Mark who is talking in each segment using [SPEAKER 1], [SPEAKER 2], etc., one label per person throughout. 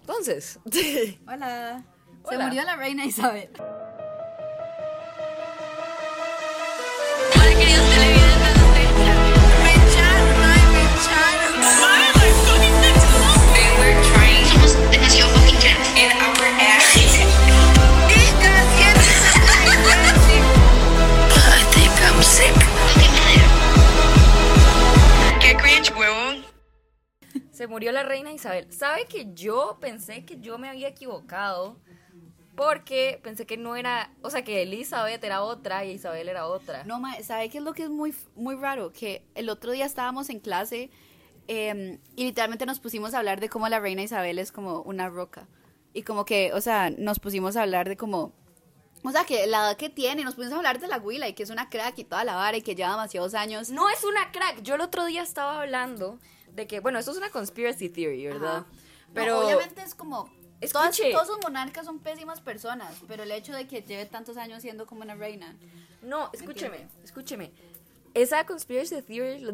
[SPEAKER 1] Entonces,
[SPEAKER 2] Hola.
[SPEAKER 1] Hola.
[SPEAKER 2] Se murió la reina Isabel.
[SPEAKER 3] Hola queridos televidentes, me echaron, ay, me echaron. They were trying. Somos demasiado fucking cats. In our ass. ¿Qué está haciendo? I think I'm sick. Qué cringe, huevón.
[SPEAKER 1] se murió la reina Isabel. ¿Sabe que yo pensé que yo me había equivocado? Porque pensé que no era, o sea, que Elizabeth era otra y Isabel era otra.
[SPEAKER 2] No, mae, ¿sabe qué es lo que es muy, muy raro? Que el otro día estábamos en clase eh, y literalmente nos pusimos a hablar de cómo la reina Isabel es como una roca. Y como que, o sea, nos pusimos a hablar de como... O sea, que la edad que tiene, nos pusimos a hablar de la güila y que es una crack y toda la vara y que lleva demasiados años.
[SPEAKER 1] No es una crack. Yo el otro día estaba hablando de que, bueno, esto es una conspiracy theory, ¿verdad?
[SPEAKER 2] Ajá. No,
[SPEAKER 1] Pero
[SPEAKER 2] obviamente es como... Todas,
[SPEAKER 1] Escuche.
[SPEAKER 2] todos los monarcas son pésimas personas, pero el hecho de que lleve tantos años siendo como una reina.
[SPEAKER 1] No, escúcheme, escúcheme. Esa conspiracy theory, lo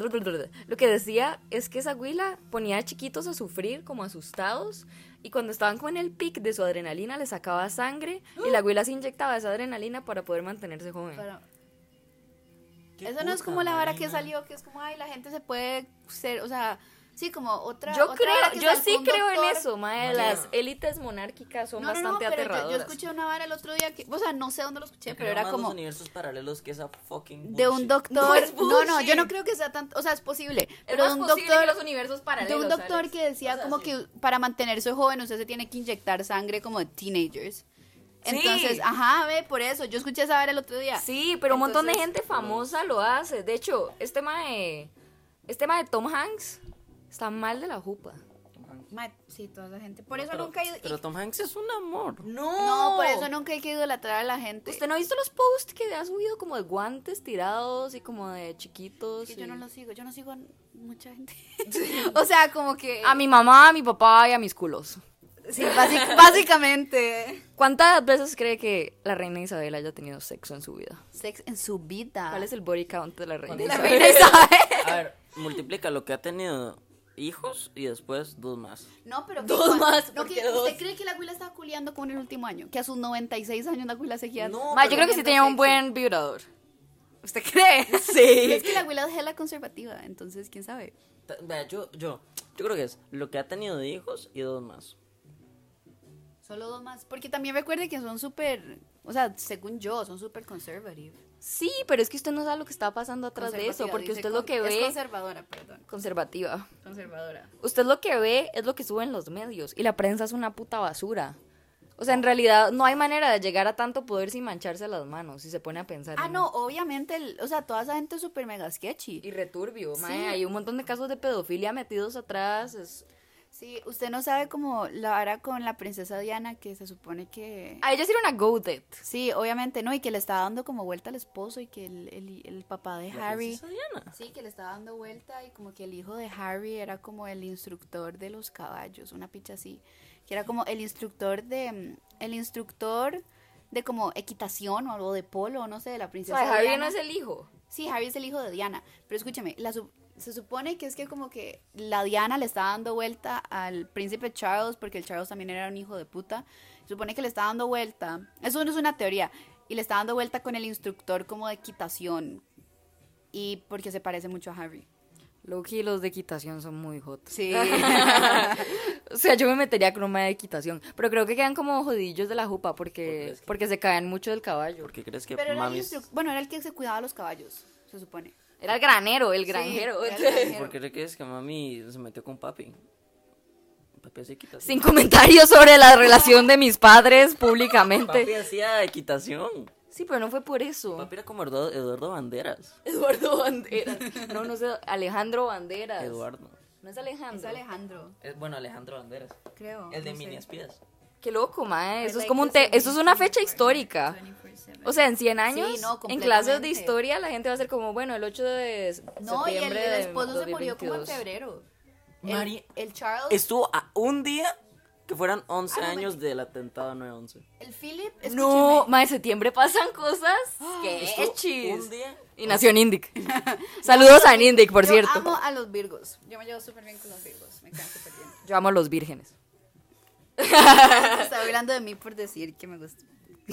[SPEAKER 1] que decía es que esa güila ponía a chiquitos a sufrir, como asustados, y cuando estaban con el pic de su adrenalina le sacaba sangre y la güila se inyectaba esa adrenalina para poder mantenerse joven.
[SPEAKER 2] Pero eso no es como la vara que salió, que es como, ay, la gente se puede ser, o sea, sí, como otra.
[SPEAKER 1] yo
[SPEAKER 2] otra vara que
[SPEAKER 1] creo, yo
[SPEAKER 2] sacó
[SPEAKER 1] sí
[SPEAKER 2] un
[SPEAKER 1] creo en
[SPEAKER 2] doctor.
[SPEAKER 1] eso, mae, las élites monárquicas son
[SPEAKER 2] No, no, no,
[SPEAKER 1] bastante
[SPEAKER 2] pero yo- yo,
[SPEAKER 1] aterradoras.
[SPEAKER 2] escuché una vara el otro día que, o sea, no sé dónde lo escuché, pero
[SPEAKER 4] Creo
[SPEAKER 2] era
[SPEAKER 4] más
[SPEAKER 2] como
[SPEAKER 4] los universos paralelos que esa fucking
[SPEAKER 2] de un
[SPEAKER 4] bullshit.
[SPEAKER 2] doctor.
[SPEAKER 1] No, es
[SPEAKER 2] no, no,
[SPEAKER 1] bullshit.
[SPEAKER 2] yo no creo que sea tanto, o sea, es posible,
[SPEAKER 1] es
[SPEAKER 2] pero
[SPEAKER 1] más
[SPEAKER 2] de un
[SPEAKER 1] posible que
[SPEAKER 2] doctor
[SPEAKER 1] los universos
[SPEAKER 2] de
[SPEAKER 1] paralelos.
[SPEAKER 2] un doctor
[SPEAKER 1] Alex.
[SPEAKER 2] que decía como que para mantenerse joven usted se tiene que inyectar sangre como de teenagers.
[SPEAKER 1] Sí.
[SPEAKER 2] Entonces, ajá, ve, por eso, yo escuché esa vara el otro día.
[SPEAKER 1] Sí, pero un montón de
[SPEAKER 2] Entonces,
[SPEAKER 1] gente famosa lo hace. De hecho, este tema de, este mae de Tom Hanks está mal de la jupa.
[SPEAKER 2] ma- sí, toda la gente. Por eso
[SPEAKER 4] Pero-
[SPEAKER 2] nunca he ido.
[SPEAKER 4] Pero Tom Hanks es un amor.
[SPEAKER 1] No,
[SPEAKER 2] No, por eso nunca hay que idolatrar a la gente.
[SPEAKER 1] ¿Usted no ha visto los posts que ha subido como de guantes tirados y como de chiquitos?
[SPEAKER 2] Es que yo
[SPEAKER 1] y-
[SPEAKER 2] no lo sigo, yo no sigo a mucha gente. o sea, como que...
[SPEAKER 1] A mi mamá, a mi papá y a mis culos.
[SPEAKER 2] Sí, básic- básicamente.
[SPEAKER 1] ¿Cuántas veces cree que la reina Isabel haya tenido sexo en su vida?
[SPEAKER 2] Sex en su vida.
[SPEAKER 1] ¿Cuál es el body count de la reina
[SPEAKER 4] ¿Cuántas?
[SPEAKER 1] Isabel?
[SPEAKER 2] Ah. reina Isabel?
[SPEAKER 4] A ver, multiplica lo que ha tenido hijos y después dos más.
[SPEAKER 2] No, pero... que
[SPEAKER 1] Dos
[SPEAKER 2] cuan-
[SPEAKER 1] más,
[SPEAKER 2] no,
[SPEAKER 1] ¿por
[SPEAKER 2] que-
[SPEAKER 1] qué dos?
[SPEAKER 2] ¿Usted cree que la abuela estaba culiando como en el último año? Que a sus 96 años la abuela seguía...
[SPEAKER 4] No,
[SPEAKER 1] Ma, yo creo que sí tenía un buen vibrador. ¿Usted cree? Sí.
[SPEAKER 2] Es que la abuela es la conservativa, entonces, ¿quién sabe?
[SPEAKER 4] Ta- Vea, yo, yo, yo creo que es lo que ha tenido de hijos y dos más. Pues
[SPEAKER 2] Solo dos más. Porque también recuerde que son súper... O sea, según yo, son súper conservative.
[SPEAKER 1] Sí, pero es que usted no sabe lo que está pasando atrás de eso,
[SPEAKER 2] Conservativa,
[SPEAKER 1] porque
[SPEAKER 2] dice
[SPEAKER 1] usted lo
[SPEAKER 2] con-
[SPEAKER 1] que ve...
[SPEAKER 2] Es conservadora, perdón.
[SPEAKER 1] conservativa.
[SPEAKER 2] Conservadora.
[SPEAKER 1] Usted lo que ve es lo que sube en los medios y la prensa es una puta basura. O sea, en realidad no hay manera de llegar a tanto poder sin mancharse las manos si se pone a pensar.
[SPEAKER 2] Ah,
[SPEAKER 1] en
[SPEAKER 2] no,
[SPEAKER 1] eso.
[SPEAKER 2] obviamente, el- o sea, toda esa gente es súper mega sketchy.
[SPEAKER 1] Y returbio, mae,
[SPEAKER 2] Sí.
[SPEAKER 1] hay un montón de casos de pedofilia metidos atrás. es-
[SPEAKER 2] Sí, usted no sabe cómo la hará con la princesa Diana, que se supone que...
[SPEAKER 1] A ella sí era una goated.
[SPEAKER 2] Sí, obviamente, ¿no? Y que le estaba dando como vuelta al esposo y que el, el- el papá de
[SPEAKER 4] La
[SPEAKER 2] Harry...
[SPEAKER 4] princesa Diana.
[SPEAKER 2] Sí, que le estaba dando vuelta y como que el hijo de Harry era como el instructor de los caballos, una picha así, que era como el instructor de... mm, el instructor de como equitación o algo de polo, no sé, de la
[SPEAKER 1] O
[SPEAKER 2] princesa
[SPEAKER 1] sea, Harry no
[SPEAKER 2] Diana.
[SPEAKER 1] es el hijo.
[SPEAKER 2] Sí, Harry es el hijo de Diana. Pero escúchame, la su- se supone que es que como que la Diana le está dando vuelta al príncipe Charles, porque el Charles también era un hijo de puta. Se supone que le está dando vuelta. Eso no es una teoría. Y le está dando vuelta con el instructor como de equitación. Y porque se parece mucho a Harry.
[SPEAKER 1] Loki, los de equitación son muy hot.
[SPEAKER 2] Sí.
[SPEAKER 1] o sea, yo me metería con un mae de equitación. Pero creo que quedan como jodillos de la jupa porque,
[SPEAKER 4] ¿Por qué?
[SPEAKER 1] porque se caen mucho del caballo.
[SPEAKER 4] ¿Por qué crees que
[SPEAKER 2] Pero era el
[SPEAKER 4] mamis?
[SPEAKER 2] instructor. Bueno, era el que se cuidaba los caballos, se supone.
[SPEAKER 1] Era el granero, el
[SPEAKER 2] Sí,
[SPEAKER 1] granjero.
[SPEAKER 2] era el granjero.
[SPEAKER 4] ¿Por qué crees que mami se metió con papi? Papi hacía equitación.
[SPEAKER 1] Sin comentarios sobre la relación de mis padres públicamente.
[SPEAKER 4] Papi hacía equitación.
[SPEAKER 1] Sí, pero no fue por eso.
[SPEAKER 4] Papi era como Eduardo, Eduardo Banderas.
[SPEAKER 1] Eduardo Banderas. No, no sé, Alejandro Banderas.
[SPEAKER 4] Eduardo.
[SPEAKER 1] No es Alejandro.
[SPEAKER 2] Es Alejandro,
[SPEAKER 4] Eh, Bueno, Alejandro Banderas.
[SPEAKER 2] creo.
[SPEAKER 4] El de
[SPEAKER 2] no sé.
[SPEAKER 4] Mini Espías.
[SPEAKER 1] Qué loco, mae.
[SPEAKER 2] I
[SPEAKER 1] Eso es
[SPEAKER 2] like
[SPEAKER 1] como un
[SPEAKER 2] this
[SPEAKER 1] te- eso es una fecha histórica.
[SPEAKER 2] 24/7.
[SPEAKER 1] O sea, en 100 años,
[SPEAKER 2] Sí, no,
[SPEAKER 1] en clases de
[SPEAKER 2] completamente.
[SPEAKER 1] historia, la gente va a ser como, bueno, el 8 de
[SPEAKER 2] No, y el,
[SPEAKER 1] septiembre
[SPEAKER 2] el
[SPEAKER 1] de
[SPEAKER 2] esposo se murió como en
[SPEAKER 1] 2022.
[SPEAKER 2] febrero. El-
[SPEAKER 4] Mari-
[SPEAKER 2] el, Charles,
[SPEAKER 4] Estuvo a un día que fueran 11
[SPEAKER 2] Ah, no,
[SPEAKER 4] años del atentado 9-11.
[SPEAKER 2] el Philip, escúcheme.
[SPEAKER 1] No, mae, en septiembre pasan cosas.
[SPEAKER 4] Estuvo
[SPEAKER 1] Qué
[SPEAKER 4] Un
[SPEAKER 1] chis.
[SPEAKER 4] día.
[SPEAKER 1] Y nació en Indic. Saludos a Nindic, por
[SPEAKER 2] Yo
[SPEAKER 1] cierto.
[SPEAKER 2] amo a los Virgos. Yo me llevo súper bien con los Virgos. Me encanta súper bien.
[SPEAKER 1] Yo amo a los vírgenes.
[SPEAKER 2] Estaba hablando de mí por decir que me, gusta,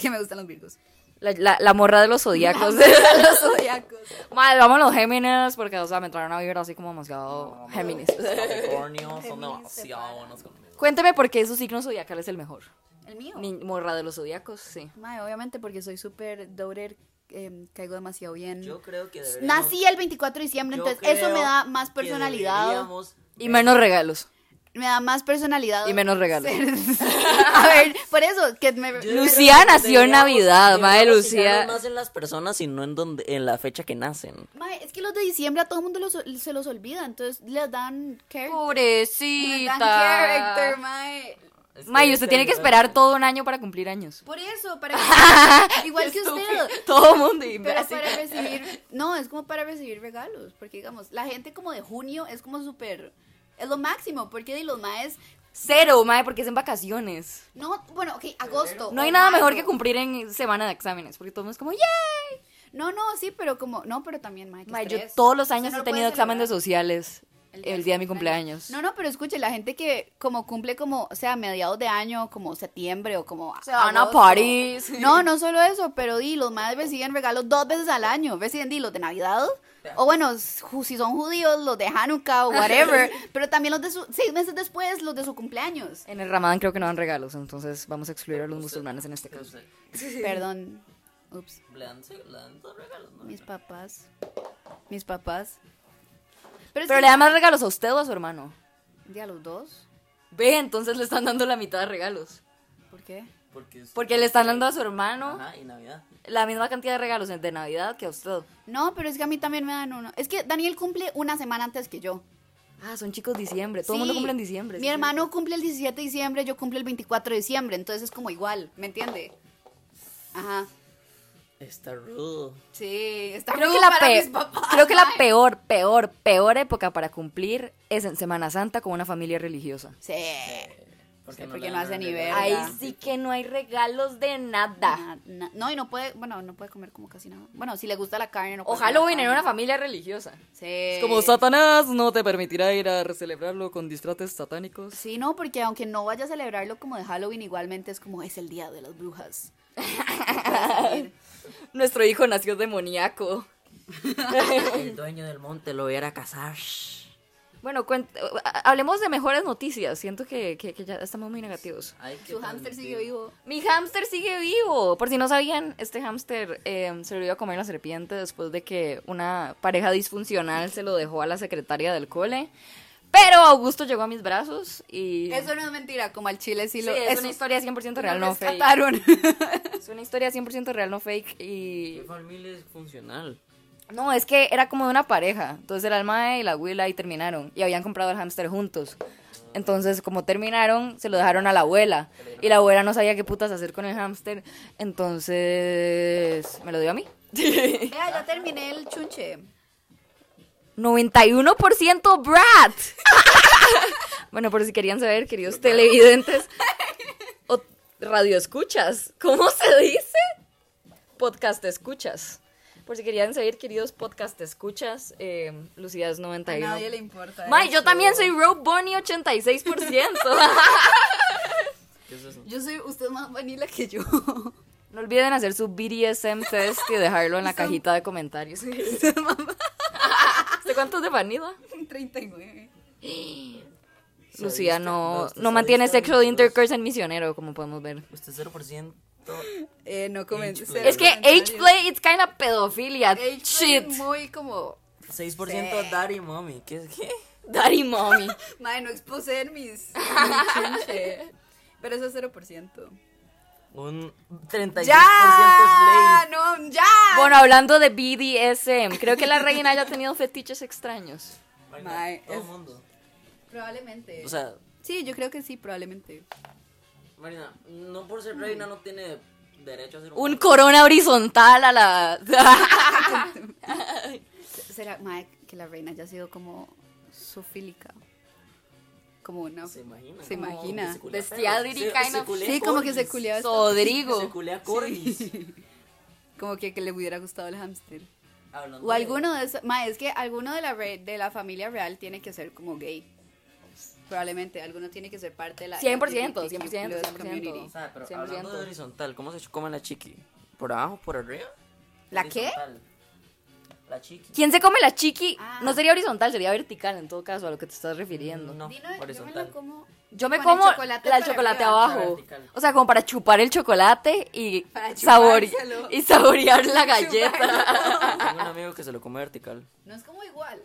[SPEAKER 2] que me gustan los virgos.
[SPEAKER 1] La, la- la morra de los zodiacos. los zodiacos. Madre, vamos a los Géminis, porque, o sea, me traen una vibra así como demasiado Géminis.
[SPEAKER 4] Capricornio son demasiado buenos conmigo.
[SPEAKER 1] Cuénteme por qué su signo zodiacal es el mejor.
[SPEAKER 2] ¿El mío?
[SPEAKER 1] Ni- morra de los zodiacos, sí.
[SPEAKER 2] Mae, obviamente porque soy súper dourer, em, caigo demasiado bien.
[SPEAKER 4] Yo creo que deberíamos...
[SPEAKER 2] Nací el 24 de diciembre,
[SPEAKER 4] yo
[SPEAKER 2] entonces eso
[SPEAKER 4] creo
[SPEAKER 2] me da más
[SPEAKER 4] que
[SPEAKER 2] personalidad.
[SPEAKER 4] deberíamos-
[SPEAKER 1] Y menos regalos.
[SPEAKER 2] Me da más personalidad.
[SPEAKER 1] Y menos regalos.
[SPEAKER 2] A ver, por eso, que me...
[SPEAKER 4] yo
[SPEAKER 1] Lucía
[SPEAKER 4] creo que
[SPEAKER 1] nació en
[SPEAKER 4] deberíamos-
[SPEAKER 1] Navidad, madre,
[SPEAKER 4] deberíamos
[SPEAKER 1] Lucía.
[SPEAKER 4] fijarnos más en las personas y no en, donde, en la fecha que nacen.
[SPEAKER 2] Mae, es que los de diciembre a todo el mundo los- se los olvida, entonces les dan care. Les
[SPEAKER 1] Pobrecita.
[SPEAKER 2] dan character, mae.
[SPEAKER 1] May,
[SPEAKER 4] este
[SPEAKER 1] usted tiene que esperar todo un año para cumplir años.
[SPEAKER 2] Por eso, para que- igual que usted.
[SPEAKER 1] Todo mundo y
[SPEAKER 2] Pero
[SPEAKER 1] así.
[SPEAKER 2] para recibir, no, es como para recibir regalos, porque digamos, la gente como de junio es como súper, es lo máximo, porque de los maes,
[SPEAKER 1] Cero, madre, porque es en vacaciones.
[SPEAKER 2] no, bueno, ok, agosto.
[SPEAKER 1] No hay
[SPEAKER 2] o
[SPEAKER 1] nada
[SPEAKER 2] mayo.
[SPEAKER 1] mejor que cumplir en semana de exámenes, porque todo el mundo es como, ¡yay!
[SPEAKER 2] No, no, sí, pero como, no, pero también, mae, qué
[SPEAKER 1] Mae, yo
[SPEAKER 2] estrés.
[SPEAKER 1] todos los
[SPEAKER 2] Usted
[SPEAKER 1] años
[SPEAKER 2] no
[SPEAKER 1] he
[SPEAKER 2] lo
[SPEAKER 1] tenido
[SPEAKER 2] puede
[SPEAKER 1] examen de
[SPEAKER 2] celebrar
[SPEAKER 1] sociales el, día de mi cumpleaños.
[SPEAKER 2] No, no, pero escuche, la gente que como cumple como, o sea, mediados de año, como septiembre o como...
[SPEAKER 1] Se van a
[SPEAKER 2] agosto.
[SPEAKER 1] parties.
[SPEAKER 2] No, no solo eso, pero di, los madres reciben regalos dos veces al año. Reciben, di, los de Navidad. O bueno, ju- si son judíos, los de Hanukkah o whatever. pero también los de su... Seis meses después, los de su cumpleaños.
[SPEAKER 1] En el Ramadán creo que no dan regalos, entonces vamos a excluir a los musulmanes en este caso.
[SPEAKER 2] Perdón. Ups.
[SPEAKER 4] Le dan, le dan dos regalos, ¿no?
[SPEAKER 2] Mis papás. Mis papás. Pero, es
[SPEAKER 1] Pero
[SPEAKER 2] que-
[SPEAKER 1] le dan más regalos a usted o a su hermano.
[SPEAKER 2] Di a los dos.
[SPEAKER 1] Ve, entonces le están dando la mitad de regalos.
[SPEAKER 2] ¿Por qué?
[SPEAKER 4] Porque es...
[SPEAKER 1] Porque le están dando a su hermano
[SPEAKER 4] Ajá, y Navidad.
[SPEAKER 1] la misma cantidad de regalos de Navidad que a usted.
[SPEAKER 2] No, pero es que a mí también me dan uno. Es que Daniel cumple una semana antes que yo.
[SPEAKER 1] Ah, son chicos diciembre. Todo el mundo
[SPEAKER 2] Sí.
[SPEAKER 1] cumple en diciembre.
[SPEAKER 2] Mi
[SPEAKER 1] sí,
[SPEAKER 2] hermano cumple el 17 de diciembre, yo cumple el 24 de diciembre, entonces es como igual, ¿me entiende? Ajá.
[SPEAKER 4] Está rudo.
[SPEAKER 2] Sí, está
[SPEAKER 1] Creo
[SPEAKER 2] rudo
[SPEAKER 1] que, la
[SPEAKER 2] para
[SPEAKER 1] pe-
[SPEAKER 2] mis papás.
[SPEAKER 1] creo que la peor, peor, peor época para cumplir es en Semana Santa con una familia religiosa.
[SPEAKER 2] Sí.
[SPEAKER 4] Porque
[SPEAKER 2] Sí,
[SPEAKER 4] no
[SPEAKER 2] porque
[SPEAKER 4] le
[SPEAKER 2] no
[SPEAKER 4] dan
[SPEAKER 2] hace
[SPEAKER 4] un
[SPEAKER 2] ni
[SPEAKER 4] regalo.
[SPEAKER 2] verga.
[SPEAKER 1] Ahí
[SPEAKER 2] Ahí
[SPEAKER 1] sí que no hay regalos de nada.
[SPEAKER 2] Na- na- no, y no puede, bueno, no puede comer como casi nada. Bueno, si le gusta la carne, no puede
[SPEAKER 1] Ojalá
[SPEAKER 2] comer
[SPEAKER 1] viniera una
[SPEAKER 2] carne.
[SPEAKER 1] familia religiosa.
[SPEAKER 2] Sí.
[SPEAKER 1] Satanás no te permitirá ir a celebrarlo con distrates satánicos.
[SPEAKER 2] Sí, no, porque aunque no vaya a celebrarlo como de Halloween, igualmente es como es el día de las brujas.
[SPEAKER 1] Nuestro hijo nació demoníaco.
[SPEAKER 4] El dueño del monte lo viera casar.
[SPEAKER 1] Bueno, cuen- hablemos de mejores noticias. Siento que, que- que ya estamos muy negativos.
[SPEAKER 4] Ay, qué
[SPEAKER 2] Su
[SPEAKER 4] tan
[SPEAKER 2] hámster sigue
[SPEAKER 4] mentira.
[SPEAKER 2] vivo.
[SPEAKER 1] Mi hámster sigue vivo. Por si no sabían, este hámster eh, se lo iba a comer la serpiente después de que una pareja disfuncional se lo dejó a la secretaria del cole. Pero Augusto llegó a mis brazos y...
[SPEAKER 2] Eso no es mentira, como al chile sí
[SPEAKER 1] Sí,
[SPEAKER 2] lo
[SPEAKER 1] es
[SPEAKER 2] eso
[SPEAKER 1] una historia 100%
[SPEAKER 2] lo
[SPEAKER 1] real, no fake.
[SPEAKER 2] rescataron.
[SPEAKER 1] Es una historia 100% real, no fake. Y...
[SPEAKER 4] Mi familia es funcional.
[SPEAKER 1] No, es que era como de una pareja. Entonces el alma y la abuela y terminaron. Y habían comprado el hámster juntos. Entonces, como terminaron, se lo dejaron a la abuela. Y la abuela no sabía qué putas hacer con el hámster. Entonces, me lo dio a mí.
[SPEAKER 2] Vea, ya terminé el chunche.
[SPEAKER 1] 91% Brat. bueno, por si querían saber, queridos televidentes o radioescuchas, ¿cómo se dice? Podcast escuchas. Por si querían saber, queridos podcast escuchas, eh, Lucía es 91.
[SPEAKER 2] importa.
[SPEAKER 1] May, yo también soy Rob Bunny 86%.
[SPEAKER 4] ¿Qué es eso?
[SPEAKER 2] Yo soy usted es más vanilla que yo.
[SPEAKER 1] no olviden hacer su BDSM test y dejarlo en la cajita de comentarios. ¿De cuánto es de vanida?
[SPEAKER 2] 39.
[SPEAKER 1] Lucía
[SPEAKER 4] Sadista.
[SPEAKER 1] no,
[SPEAKER 4] usted
[SPEAKER 1] no mantiene
[SPEAKER 4] sadista,
[SPEAKER 1] sexo de
[SPEAKER 4] mentiroso.
[SPEAKER 1] intercourse en misionero, como podemos ver.
[SPEAKER 4] Usted 0%.
[SPEAKER 2] Eh, no comenté.
[SPEAKER 4] Ageplay.
[SPEAKER 1] Es que age play, it's kind of pedofilia. Shit.
[SPEAKER 2] Muy como.
[SPEAKER 4] 6% daddy mommy. ¿Qué es qué?
[SPEAKER 1] Daddy mommy.
[SPEAKER 2] Madre, no exposer mis. mi chunche. Pero eso es 0%.
[SPEAKER 4] Un 36%
[SPEAKER 2] ¡Ya!
[SPEAKER 4] slave.
[SPEAKER 2] ¡No! ¡Ya!
[SPEAKER 1] Bueno, hablando de BDSM, creo que la reina haya tenido fetiches extraños.
[SPEAKER 4] Venga,
[SPEAKER 2] Mae,
[SPEAKER 4] todo
[SPEAKER 2] es-
[SPEAKER 4] mundo.
[SPEAKER 2] Probablemente.
[SPEAKER 4] O sea,
[SPEAKER 2] sí, yo creo que sí, probablemente.
[SPEAKER 4] Marina, no por ser reina no tiene derecho a ser
[SPEAKER 1] Un corona horizontal a la.
[SPEAKER 2] Será, madre, que la reina haya sido como sofílica. Como una.
[SPEAKER 4] Se
[SPEAKER 2] Sí,
[SPEAKER 4] imagina.
[SPEAKER 2] Se
[SPEAKER 4] Como
[SPEAKER 2] imagina.
[SPEAKER 4] que se culea
[SPEAKER 1] Bestiality
[SPEAKER 4] perros.
[SPEAKER 1] kind
[SPEAKER 4] Se-
[SPEAKER 1] of-
[SPEAKER 4] se culea
[SPEAKER 2] como que
[SPEAKER 4] corgis.
[SPEAKER 2] se culiaba.
[SPEAKER 4] Se
[SPEAKER 1] Sodrigo.
[SPEAKER 4] culea corgis.
[SPEAKER 2] Como que, que le hubiera gustado el hámster.
[SPEAKER 4] Hablando
[SPEAKER 2] O
[SPEAKER 4] de-
[SPEAKER 2] alguno de esos. Ma, es que alguno de la, re- de la familia real tiene que ser como gay. Probablemente alguno tiene que ser parte de la
[SPEAKER 1] 100%,
[SPEAKER 2] LGBTQ+
[SPEAKER 1] 100%, 100%.
[SPEAKER 2] community.
[SPEAKER 4] O sea, pero
[SPEAKER 1] 100%.
[SPEAKER 4] hablando de horizontal, ¿cómo se come la chiqui? ¿Por abajo, por arriba?
[SPEAKER 2] ¿La qué?
[SPEAKER 4] Horizontal. La chiqui.
[SPEAKER 1] ¿Quién se come la chiqui?
[SPEAKER 2] Ah.
[SPEAKER 1] No sería horizontal, sería vertical en todo caso a lo que te estás refiriendo.
[SPEAKER 4] No,
[SPEAKER 2] Dino, yo me la
[SPEAKER 4] horizontal.
[SPEAKER 2] como.
[SPEAKER 1] Yo me
[SPEAKER 2] con el
[SPEAKER 1] como
[SPEAKER 2] chocolate
[SPEAKER 1] la del
[SPEAKER 2] para
[SPEAKER 1] chocolate
[SPEAKER 2] arriba.
[SPEAKER 1] abajo.
[SPEAKER 4] Vertical.
[SPEAKER 1] O sea, como para chupar el chocolate y,
[SPEAKER 2] Para
[SPEAKER 1] sabore-
[SPEAKER 2] chupárselo.
[SPEAKER 1] y saborear la galleta.
[SPEAKER 4] Tengo un amigo que se lo come vertical.
[SPEAKER 2] No es como igual.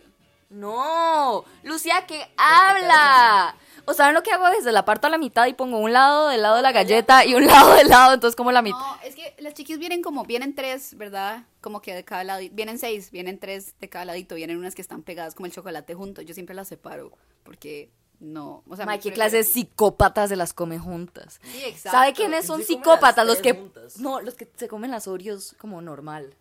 [SPEAKER 1] no, Lucía, que habla. O saben lo que hago desde la parto a la mitad y pongo un lado del lado de la galleta y un lado del lado, entonces como la mitad.
[SPEAKER 2] No, es que las chiquis vienen como, vienen tres, ¿verdad? Como que de cada lado, vienen seis, vienen tres de cada ladito, vienen unas que están pegadas como el chocolate juntos. Yo siempre las separo porque no, o sea,
[SPEAKER 1] Mae,
[SPEAKER 2] me
[SPEAKER 1] qué
[SPEAKER 2] prefiero-
[SPEAKER 1] clase de psicópatas se las come juntas.
[SPEAKER 2] Sí, exacto.
[SPEAKER 1] ¿Sabe quiénes
[SPEAKER 4] Y
[SPEAKER 1] son
[SPEAKER 4] se comen
[SPEAKER 1] psicópatas?
[SPEAKER 4] las
[SPEAKER 1] Los
[SPEAKER 4] tres
[SPEAKER 1] que.
[SPEAKER 4] juntas.
[SPEAKER 1] No, los que se comen las Oreos como normal.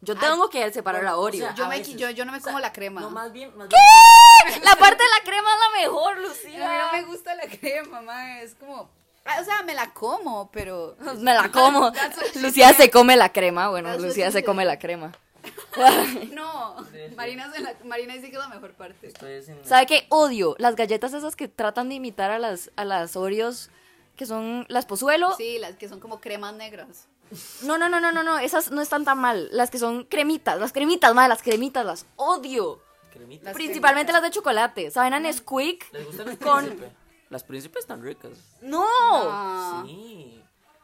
[SPEAKER 1] Yo tengo que separar la Oreo.
[SPEAKER 4] sea,
[SPEAKER 2] Yo,
[SPEAKER 4] a
[SPEAKER 2] me,
[SPEAKER 4] veces.
[SPEAKER 2] yo, yo no me como la crema.
[SPEAKER 4] No, más bien, más bien.
[SPEAKER 1] la parte de la crema es la mejor, Lucía.
[SPEAKER 2] A mí no me gusta la crema, mamá, es como ah, o sea, me la como, pero
[SPEAKER 1] Me la como.
[SPEAKER 2] That's what she
[SPEAKER 1] Lucía
[SPEAKER 2] said.
[SPEAKER 1] se come la crema. Bueno,
[SPEAKER 2] That's what
[SPEAKER 1] Lucía
[SPEAKER 2] she
[SPEAKER 1] se
[SPEAKER 2] said.
[SPEAKER 1] come la crema.
[SPEAKER 2] no.
[SPEAKER 4] sí.
[SPEAKER 2] Marina, se la- Marina dice que es la mejor parte.
[SPEAKER 4] Estoy sin-
[SPEAKER 1] ¿Sabe qué? Odio las galletas esas que tratan de imitar a las, a las Oreos, que son las pozuelo.
[SPEAKER 2] Sí, las que son como cremas negras.
[SPEAKER 1] No, no, no, no, no, no. Esas no están tan mal. Las que son cremitas, las cremitas, madre, las cremitas, las odio.
[SPEAKER 4] Cremita.
[SPEAKER 2] Las
[SPEAKER 1] Principalmente las de chocolate. ¿Saben a Nesquik?
[SPEAKER 4] ¿Les gustan las príncipes? Las príncipes están ricas.
[SPEAKER 1] No.
[SPEAKER 2] Ah.
[SPEAKER 4] Sí.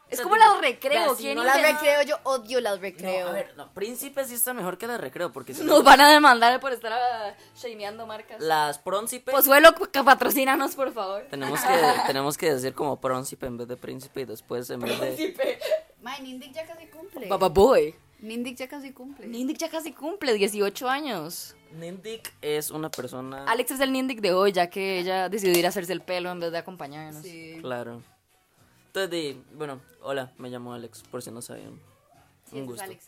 [SPEAKER 1] Es
[SPEAKER 4] O sea,
[SPEAKER 1] como
[SPEAKER 4] tipo,
[SPEAKER 1] los recreo,
[SPEAKER 4] vea, si
[SPEAKER 1] ¿quién
[SPEAKER 4] no
[SPEAKER 2] No
[SPEAKER 4] las
[SPEAKER 2] las
[SPEAKER 1] inventó?
[SPEAKER 4] recreo.
[SPEAKER 2] recreo, yo odio las recreo.
[SPEAKER 4] No, a ver, no, príncipes sí están mejor que las recreo, porque si
[SPEAKER 1] Nos van a demandar por estar ah, shameando marcas.
[SPEAKER 4] las príncipes
[SPEAKER 2] Pues,
[SPEAKER 1] Pozuelo, ca- patrocínanos, por favor.
[SPEAKER 4] tenemos que tenemos que decir como príncipe en vez de príncipe y después en vez de
[SPEAKER 2] Mae, Nindic ya casi cumple.
[SPEAKER 1] Baba Boy.
[SPEAKER 2] Nindic ya casi cumple.
[SPEAKER 1] Nindic ya casi cumple 18 años.
[SPEAKER 4] Nindik es una persona
[SPEAKER 1] Alex es el Nindic de hoy, ya que ella decidió ir a hacerse el pelo en vez de acompañarnos.
[SPEAKER 2] Sí.
[SPEAKER 4] claro. Entonces, di- bueno, hola, me llamo Alex, por si no sabían.
[SPEAKER 2] Sí,
[SPEAKER 4] Un
[SPEAKER 2] ese
[SPEAKER 4] gusto.
[SPEAKER 2] Es, Alex.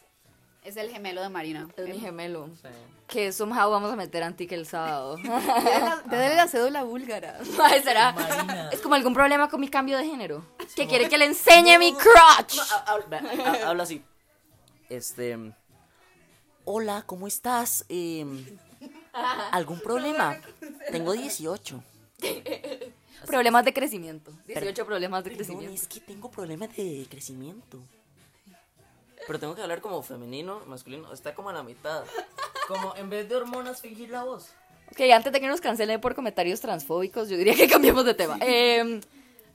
[SPEAKER 2] es el gemelo de Marina. Em,
[SPEAKER 1] Es mi gemelo.
[SPEAKER 4] Sí.
[SPEAKER 1] Que somehow vamos a meter a que el sábado.
[SPEAKER 2] Dele la, dele la cédula búlgara.
[SPEAKER 1] Ay, ¿Será?
[SPEAKER 4] Marina.
[SPEAKER 1] Es como algún problema con mi cambio de género. Que quiere que le enseñe mi crotch.
[SPEAKER 4] Ha- habla así. Este. Hola, ¿cómo estás? Eh, ¿Algún problema? Tengo 18.
[SPEAKER 1] Problemas de crecimiento. 18 problemas de crecimiento.
[SPEAKER 4] que tengo problemas de crecimiento. Pero tengo que hablar como femenino, masculino. Está como a la mitad. Como en vez de hormonas, fingir la voz.
[SPEAKER 1] Ok, antes de que nos cancelen por comentarios transfóbicos, yo diría que cambiemos de tema. Eh,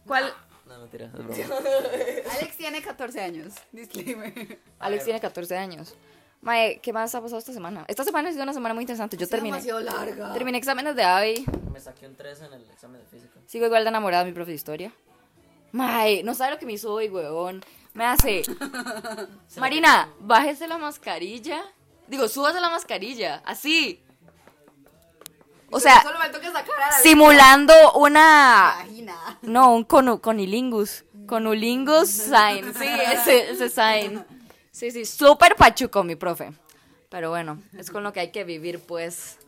[SPEAKER 1] ¿Cuál?
[SPEAKER 4] No, mentira, es broma.
[SPEAKER 2] Alex tiene 14 años. Disclaimer.
[SPEAKER 1] Alex tiene 14 años. Mae, ¿qué más ha pasado esta semana? Esta semana ha sido una semana muy interesante. Yo terminé.
[SPEAKER 2] demasiado larga.
[SPEAKER 1] Terminé exámenes de AVI.
[SPEAKER 4] Me saqué un 3 en el examen de física.
[SPEAKER 1] Sigo igual de enamorada de mi profe de historia. Mae, no sabe lo que me hizo hoy, huevón. Me hace. Marina, bájese la mascarilla. Digo, súbase la mascarilla. Así. O sea,
[SPEAKER 2] Solo faltó que sacara la
[SPEAKER 1] simulando una.
[SPEAKER 2] vagina.
[SPEAKER 1] No, un conu- conilingus. Conulingus sign. Sí, ese, ese sign. Sí, sí, súper pachuco, mi profe. Pero bueno, es con lo que hay que vivir, pues.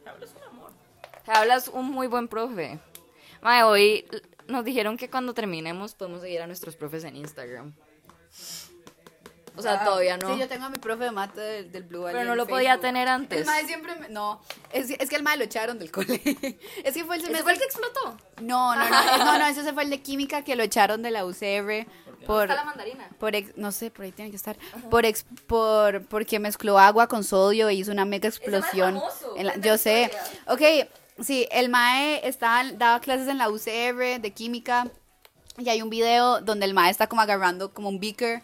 [SPEAKER 1] Hablas un muy buen profe. Mae, hoy l- nos dijeron que cuando terminemos podemos seguir a nuestros profes en Instagram. O sea, todavía no.
[SPEAKER 2] Sí, yo tengo a mi profe de mate del, del Blue
[SPEAKER 1] Pero
[SPEAKER 2] ahí
[SPEAKER 1] no
[SPEAKER 2] en
[SPEAKER 1] lo podía
[SPEAKER 2] Facebook.
[SPEAKER 1] tener antes.
[SPEAKER 2] El mae siempre me- No, es, es que el mae lo echaron del cole. es que fue el semestre.
[SPEAKER 1] ¿Ese fue el que explotó?
[SPEAKER 2] No, no, no, no, no, ese fue el de química que lo echaron de la UCR. Por,
[SPEAKER 1] Está la mandarina.
[SPEAKER 2] por ex- no sé, por ahí tiene que estar. Por ex- por porque mezcló agua con sodio e hizo una mega explosión.
[SPEAKER 1] famoso,
[SPEAKER 2] en la-
[SPEAKER 1] cuenta
[SPEAKER 2] yo
[SPEAKER 1] la
[SPEAKER 2] sé.
[SPEAKER 1] historia.
[SPEAKER 2] Ok, sí, el mae estaba, daba clases en la UCR de química y hay un video donde el mae está como agarrando como un beaker.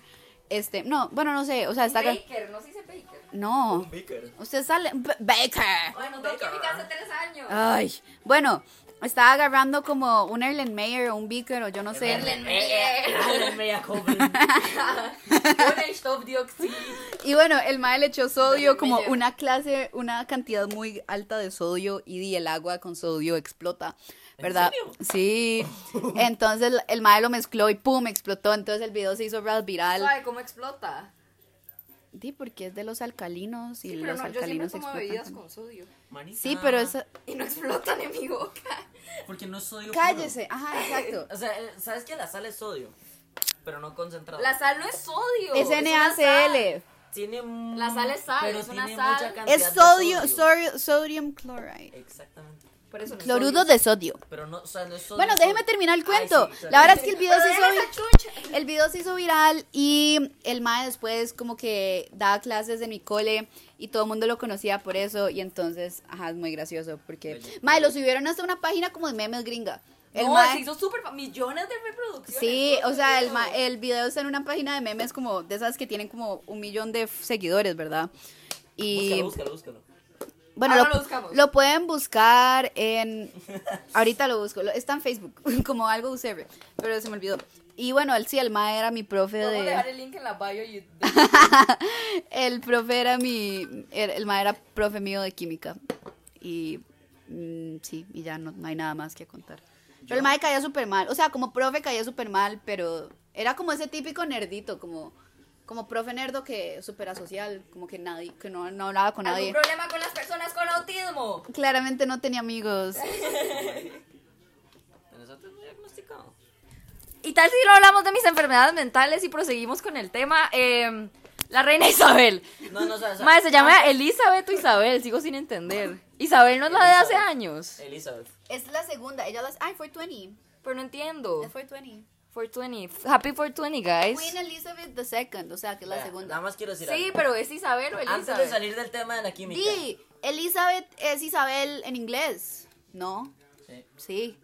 [SPEAKER 2] Este, no, bueno, no sé, o sea, está agar-
[SPEAKER 1] Baker, no se dice Baker.
[SPEAKER 2] no. Usted sale B- baker.
[SPEAKER 1] Bueno, Baker me hace tres años.
[SPEAKER 2] Ay, bueno, estaba agarrando como un Erlenmeyer o un beaker o yo no sé.
[SPEAKER 1] Eh,
[SPEAKER 4] Ah,
[SPEAKER 2] Y bueno, el mae le echó sodio, como una clase, una cantidad muy alta de sodio y di, el agua con sodio explota, ¿verdad? Sí. Entonces el mae lo mezcló y pum, explotó. Entonces el video se hizo real viral.
[SPEAKER 1] Suave, ¿Cómo explota?
[SPEAKER 2] Sí, porque es de los alcalinos y
[SPEAKER 1] Sí, pero no, yo
[SPEAKER 2] los
[SPEAKER 1] siempre
[SPEAKER 2] alcalinos
[SPEAKER 1] tomo
[SPEAKER 2] explotan.
[SPEAKER 1] bebidas con Ah, sodio.
[SPEAKER 2] Sí, pero eso...
[SPEAKER 1] Y no explotan en mi boca.
[SPEAKER 4] Porque no es sodio. puro.
[SPEAKER 2] Cállese, ajá, exacto.
[SPEAKER 4] O sea, eh, ¿sabes que la sal es sodio? Pero no concentrado.
[SPEAKER 1] La sal no es sodio.
[SPEAKER 2] Es
[SPEAKER 1] una sal.
[SPEAKER 2] NaCl.
[SPEAKER 4] Tiene mu-
[SPEAKER 1] La sal es sal,
[SPEAKER 4] pero
[SPEAKER 1] es una
[SPEAKER 4] tiene
[SPEAKER 1] sal.
[SPEAKER 4] mucha cantidad
[SPEAKER 2] Es
[SPEAKER 4] de
[SPEAKER 2] sodio,
[SPEAKER 4] sodio.
[SPEAKER 2] sodio- sodium chloride.
[SPEAKER 4] Exactamente.
[SPEAKER 2] Por
[SPEAKER 1] Por eso no es
[SPEAKER 2] Cloruro
[SPEAKER 1] sodio.
[SPEAKER 2] de sodio.
[SPEAKER 4] Pero no, o sea, no es sodio,
[SPEAKER 2] Bueno,
[SPEAKER 4] es
[SPEAKER 2] déjeme
[SPEAKER 4] sodio.
[SPEAKER 2] terminar el
[SPEAKER 4] Ay,
[SPEAKER 2] cuento.
[SPEAKER 4] sí, o sea,
[SPEAKER 2] la verdad es que el video, se
[SPEAKER 1] Pero deja
[SPEAKER 2] hizo, el video se hizo viral y el mae después como que daba clases en mi cole y todo el mundo lo conocía por eso y entonces, ajá, es muy gracioso porque... Mae, lo subieron hasta una página como de memes gringa. El
[SPEAKER 1] no,
[SPEAKER 2] mae-
[SPEAKER 1] se hizo súper fa- millones de reproducciones.
[SPEAKER 2] Sí,
[SPEAKER 1] todo
[SPEAKER 2] o sea, el,
[SPEAKER 1] eso.
[SPEAKER 2] ma- el video está en una página de memes como de esas que tienen como un millón de f- seguidores, ¿verdad? Y
[SPEAKER 4] Búscalo, búscalo, búscalo.
[SPEAKER 2] bueno,
[SPEAKER 1] Ahora
[SPEAKER 2] lo,
[SPEAKER 1] lo buscamos.
[SPEAKER 2] lo pueden buscar en... Ahorita lo busco, lo- está en Facebook, como algo UCR, pero se me olvidó. Y bueno, él sí, el ma era mi profe
[SPEAKER 1] Podemos dejar
[SPEAKER 2] de...
[SPEAKER 1] el link en la bio y
[SPEAKER 2] El profe era mi... El, el ma era profe mío de química. Y mm, sí, y ya no, no hay nada más que contar. Pero el mae caía súper mal, o sea, como profe caía súper mal, pero era como ese típico nerdito, como... Como profe nerdo que súper asocial, como que nadie, que no, no hablaba con nadie.
[SPEAKER 1] ¿Algún problema con las personas con autismo?
[SPEAKER 2] Claramente no tenía amigos.
[SPEAKER 4] ¿Tenés otro diagnosticado?
[SPEAKER 1] ¿Y tal si lo hablamos de mis enfermedades mentales y proseguimos con el tema? Em, la reina Isabel.
[SPEAKER 4] No, no, o sea, o sea,
[SPEAKER 1] Madre, se llama Elizabeth o Isabel, sigo sin entender. Isabel no es la de hace
[SPEAKER 4] Elizabeth.
[SPEAKER 1] años.
[SPEAKER 4] Elizabeth.
[SPEAKER 2] Es la segunda, ella las... Ay, 420.
[SPEAKER 1] Pero no entiendo.
[SPEAKER 2] Es 420.
[SPEAKER 1] 420. Happy 420, guys.
[SPEAKER 2] Queen Elizabeth II, o sea, que es la
[SPEAKER 4] Vea, Nada
[SPEAKER 2] segunda.
[SPEAKER 4] más quiero decir
[SPEAKER 1] Sí,
[SPEAKER 4] algo.
[SPEAKER 1] pero es Isabel o Elizabeth.
[SPEAKER 4] Antes de salir del tema de la química.
[SPEAKER 2] Di, Elizabeth es Isabel en inglés, ¿no?
[SPEAKER 4] Sí,
[SPEAKER 2] Sí.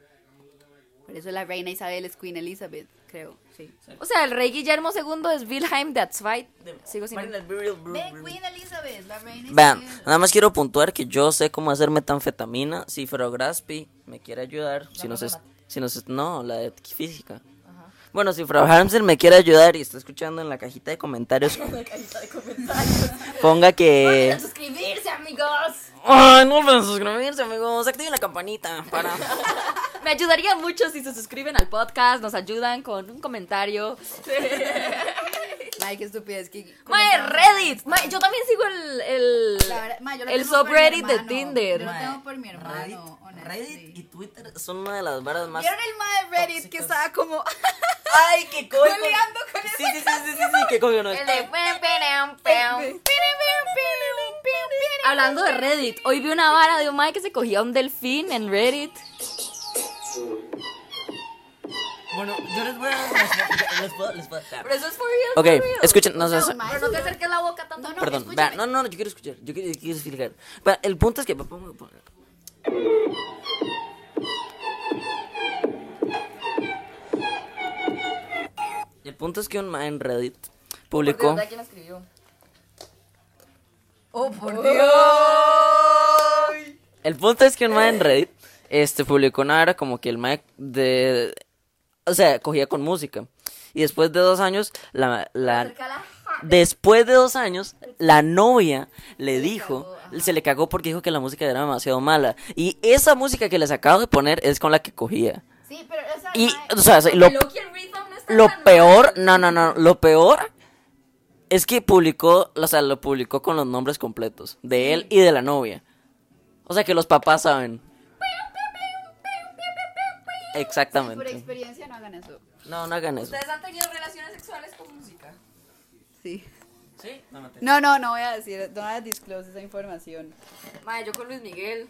[SPEAKER 2] Por eso la reina Isabel es Queen Elizabeth, creo, sí.
[SPEAKER 1] O sea, el rey Guillermo II es Wilhelm de Zweit.
[SPEAKER 4] dime.
[SPEAKER 1] Sigo sin
[SPEAKER 4] Marina, el burial, bur-
[SPEAKER 2] Ve,
[SPEAKER 4] bur-
[SPEAKER 2] Queen Elizabeth, la reina
[SPEAKER 4] Vean,
[SPEAKER 2] Isabel.
[SPEAKER 4] nada más quiero puntuar que yo sé cómo hacer metanfetamina. Si Frograspi me quiere ayudar, si nos, es- si nos es- no, la de física. Bueno, si Frau Hansen me quiere ayudar y está escuchando en la cajita de comentarios, ponga que.
[SPEAKER 1] Suscribirse, amigos.
[SPEAKER 4] Ay, no olviden suscribirse, amigos. Activen la campanita para.
[SPEAKER 1] Me ayudaría mucho si se suscriben al podcast, nos ayudan con un comentario.
[SPEAKER 2] Ay, qué estupidez, que...
[SPEAKER 1] Mae, Reddit. Mae, yo también sigo el, el,
[SPEAKER 2] La verdad- mae, yo lo
[SPEAKER 1] el
[SPEAKER 2] tengo por mi
[SPEAKER 1] subreddit de
[SPEAKER 2] hermano.
[SPEAKER 1] Tinder.
[SPEAKER 2] Yo lo
[SPEAKER 1] Mae.
[SPEAKER 2] tengo por mi hermano, honestly.
[SPEAKER 4] Reddit y Twitter son una de las varas más.
[SPEAKER 2] ¿Vieron el mae de Reddit que
[SPEAKER 4] Tóxicos.
[SPEAKER 2] estaba como...
[SPEAKER 4] ¡Ay, qué coño!
[SPEAKER 2] Peleando con
[SPEAKER 4] sí,
[SPEAKER 2] esa
[SPEAKER 4] sí, sí, sí, sí, sí, que coño no.
[SPEAKER 1] El de pam, pam, pam. Hablando de Reddit, hoy vi una vara de un mae que se cogía un delfín en Reddit.
[SPEAKER 4] Bueno, yo les voy a. Les, les puedo. Les puedo
[SPEAKER 1] Pero eso es for real.
[SPEAKER 4] Ok,
[SPEAKER 1] for real.
[SPEAKER 4] escuchen, no, o sea,
[SPEAKER 2] No, mae,
[SPEAKER 1] Pero no te acerques la boca tanto.
[SPEAKER 2] No, no,
[SPEAKER 4] Perdón,
[SPEAKER 2] escúchame.
[SPEAKER 4] vea, no, no, no, yo quiero escuchar, yo quiero, yo quiero explicar. Vea, el punto es que... pongo- pongo- El punto es que un man en Reddit publicó...
[SPEAKER 1] ¿Verdad? ¿Quién la escribió?
[SPEAKER 2] ¡Oh, por Dios!
[SPEAKER 4] El punto es que un man en Reddit este, publicó una era como que el man de... O sea, cogía con música. Y después de dos años, la... la
[SPEAKER 1] Acércala.
[SPEAKER 4] después de dos años, la novia le dijo... Se le cagó porque dijo que la música era demasiado mala. Y esa música que les acabo de poner es con la que cogía.
[SPEAKER 2] Sí, pero esa
[SPEAKER 4] Y,
[SPEAKER 2] mae-
[SPEAKER 4] o sea, lo,
[SPEAKER 1] Loki en Rhythm no está
[SPEAKER 4] lo
[SPEAKER 1] tan mal.
[SPEAKER 4] peor, no, no, no, lo peor es que publicó, o sea, lo publicó con los nombres completos de él y de la novia. O sea, que los papás saben.
[SPEAKER 2] Por
[SPEAKER 4] Exactamente.
[SPEAKER 2] experiencia no hagan eso.
[SPEAKER 4] No, no hagan eso.
[SPEAKER 1] ¿Ustedes han tenido relaciones sexuales con música?
[SPEAKER 2] Sí.
[SPEAKER 4] Sí, no mate.
[SPEAKER 2] No, no, no voy a decir, no voy a disclose esa información.
[SPEAKER 1] Mae, yo con Luis Miguel.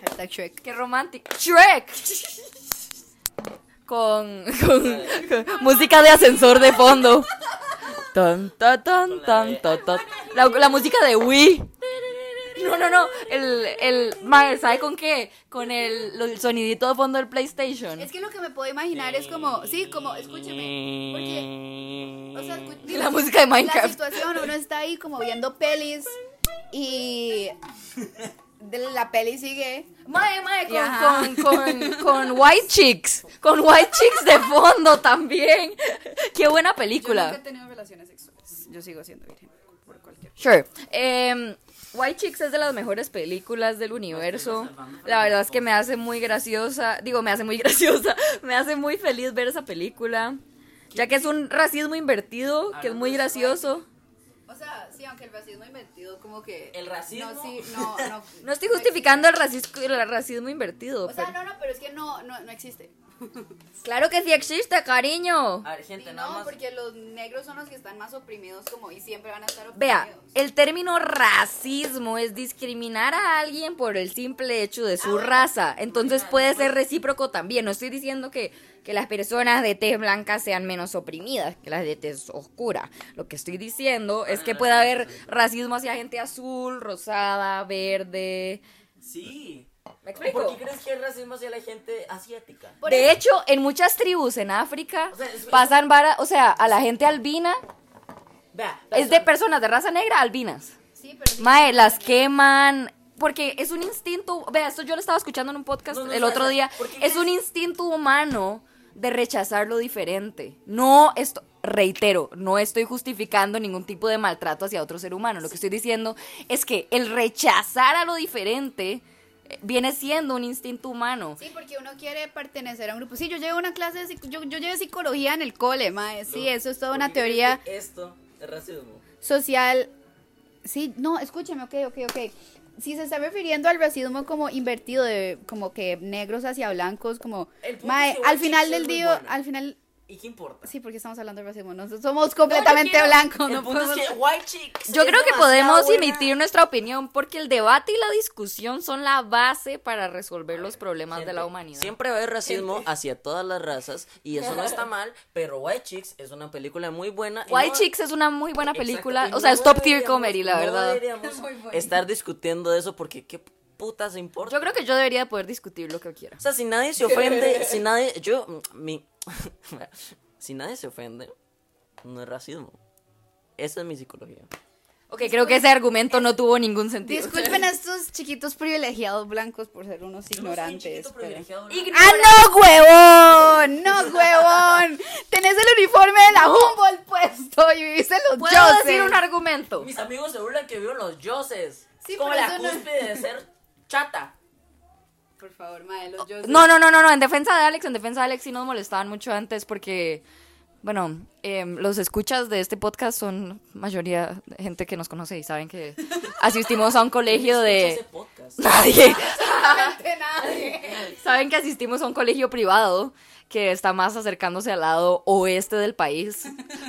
[SPEAKER 2] Hashtag Shrek.
[SPEAKER 1] Qué romántico. Shrek. Con, con- con música de ascensor de fondo. Tan, ta, tan, tan, ta, ta. La, la música de Wii. No, no, no. El, el, mae, ¿sabe con qué? Con el, lo- el sonidito de fondo del PlayStation.
[SPEAKER 2] Es que lo que me puedo imaginar es como, sí, como, escúcheme, porque, o sea, escu-
[SPEAKER 1] Y la música de
[SPEAKER 2] la
[SPEAKER 1] Minecraft.
[SPEAKER 2] situación, uno está ahí como viendo pelis y de la peli sigue.
[SPEAKER 1] Mae, mae,
[SPEAKER 2] Y
[SPEAKER 1] con,
[SPEAKER 2] ajá.
[SPEAKER 1] con, con, con White Chicks. Con White Chicks de fondo también. Qué buena película.
[SPEAKER 2] tenido relaciones sexuales, yo sigo siendo virgen por cualquier.
[SPEAKER 1] Sure. Em, White Chicks es de las mejores películas del universo. La verdad es que me hace muy graciosa. Digo, me hace muy graciosa. Me hace muy feliz ver esa película. Ya que es un racismo invertido, que es muy gracioso.
[SPEAKER 2] O sea, sí, aunque el racismo inventido, como que.
[SPEAKER 4] ¿El racismo?
[SPEAKER 2] No, sí, no, no.
[SPEAKER 1] No estoy justificando el racismo, el racismo invertido.
[SPEAKER 2] O sea,
[SPEAKER 1] pero-
[SPEAKER 2] no, no, pero es que no, no, no existe.
[SPEAKER 1] Claro que sí existe, cariño.
[SPEAKER 4] A ver,
[SPEAKER 2] Sí,
[SPEAKER 4] gente, nada
[SPEAKER 2] no,
[SPEAKER 4] más.
[SPEAKER 2] porque los negros son los que están más oprimidos, como y siempre van a estar oprimidos.
[SPEAKER 1] Vea, el término racismo es discriminar a alguien por el simple hecho de
[SPEAKER 4] Ah,
[SPEAKER 1] su raza. Entonces puede ser recíproco también. No estoy diciendo que, que las personas de tez blanca sean menos oprimidas que las de tez oscura. Lo que estoy diciendo es que puede haber racismo hacia gente azul, rosada, verde.
[SPEAKER 4] Sí.
[SPEAKER 1] ¿Me explico?
[SPEAKER 4] ¿Por qué crees que hay racismo hacia la gente asiática?
[SPEAKER 2] Por
[SPEAKER 1] de hecho, en muchas tribus en África
[SPEAKER 4] O sea, es-
[SPEAKER 1] pasan vara, o sea, a la gente albina
[SPEAKER 4] Vea,
[SPEAKER 1] es de personas de raza negra albinas.
[SPEAKER 2] Sí, pero. sí-
[SPEAKER 1] Mae, las queman. Porque es un instinto. Vea, esto yo lo estaba escuchando en un podcast
[SPEAKER 4] No, no,
[SPEAKER 1] el
[SPEAKER 4] no,
[SPEAKER 1] otro
[SPEAKER 4] no,
[SPEAKER 1] día.
[SPEAKER 4] ¿por qué
[SPEAKER 1] Es un instinto humano de rechazar lo diferente. No esto. Reitero, no estoy justificando ningún tipo de maltrato hacia otro ser humano. Lo que estoy diciendo es que el rechazar a lo diferente eh, viene siendo un instinto humano.
[SPEAKER 2] Sí, porque uno quiere pertenecer a un grupo. Sí, yo llevé una clase de psic- yo, yo llevé psicología en el cole, mae. Sí, eso es toda
[SPEAKER 4] ¿Por
[SPEAKER 2] una
[SPEAKER 4] qué crees
[SPEAKER 2] teoría
[SPEAKER 4] que Esto es racismo.
[SPEAKER 2] social. Sí, no, escúchame, ok, ok, ok. Si se está refiriendo al racismo como invertido, de, como que negros hacia blancos, como...
[SPEAKER 4] El punto
[SPEAKER 2] Mae,
[SPEAKER 4] es que
[SPEAKER 2] al
[SPEAKER 4] White
[SPEAKER 2] final
[SPEAKER 4] Chicks
[SPEAKER 2] del
[SPEAKER 4] es muy
[SPEAKER 2] día,
[SPEAKER 4] bueno.
[SPEAKER 2] al final...
[SPEAKER 4] ¿Y qué importa?
[SPEAKER 2] Sí, porque estamos hablando de racismo. Nosotros somos completamente blancos.
[SPEAKER 4] El
[SPEAKER 2] no
[SPEAKER 4] punto es
[SPEAKER 2] podemos-
[SPEAKER 4] que White Chicks
[SPEAKER 1] Yo
[SPEAKER 4] es
[SPEAKER 1] creo que
[SPEAKER 4] demasiado
[SPEAKER 1] podemos
[SPEAKER 4] buena.
[SPEAKER 1] emitir nuestra opinión porque el debate y la discusión son la base para resolver los problemas de la humanidad.
[SPEAKER 4] Siempre va a haber racismo hacia todas las razas y eso no está mal, pero White Chicks es una película muy buena. y
[SPEAKER 1] White
[SPEAKER 4] no-
[SPEAKER 1] Chicks es una muy buena
[SPEAKER 4] Exacto,
[SPEAKER 1] película.
[SPEAKER 4] y
[SPEAKER 1] O sea,
[SPEAKER 4] no
[SPEAKER 1] es top tier
[SPEAKER 4] deberíamos-
[SPEAKER 1] comedy, la
[SPEAKER 4] no
[SPEAKER 1] verdad.
[SPEAKER 4] deberíamos estar discutiendo de eso porque qué putas importa.
[SPEAKER 1] Yo creo que yo debería poder discutir lo que quiera.
[SPEAKER 4] O sea, si nadie se ofende, si nadie, yo, mm, mi, si nadie se ofende, no es racismo. Esa es mi psicología.
[SPEAKER 1] Ok, creo que ese argumento no tuvo ningún sentido.
[SPEAKER 2] Disculpen a estos chiquitos privilegiados blancos por ser unos ignorantes. pero-
[SPEAKER 1] Ign-
[SPEAKER 2] ¡Ah, no, huevón! ¡No, huevón! Tenés el uniforme de la Humboldt puesto y viviste los
[SPEAKER 1] ¿Puedo
[SPEAKER 2] Joseph.
[SPEAKER 1] decir un argumento?
[SPEAKER 4] Mis amigos se burlan que vieron los yoses.
[SPEAKER 2] Sí,
[SPEAKER 4] es como
[SPEAKER 2] pero
[SPEAKER 4] la
[SPEAKER 2] eso no-
[SPEAKER 4] cúspide de ser chata.
[SPEAKER 2] Por favor, mae, los Joseph.
[SPEAKER 1] Oh, No, no, no, no, no. En defensa de Alex, en defensa de Alex sí nos molestaban mucho antes porque, bueno, em, los escuchas de este podcast son mayoría gente que nos conoce y saben que asistimos a un colegio
[SPEAKER 4] Escucha ese
[SPEAKER 1] de...
[SPEAKER 4] podcast.
[SPEAKER 1] Nadie.
[SPEAKER 2] Absolutamente nadie.
[SPEAKER 1] Saben que asistimos a un colegio privado que está más acercándose al lado oeste del país,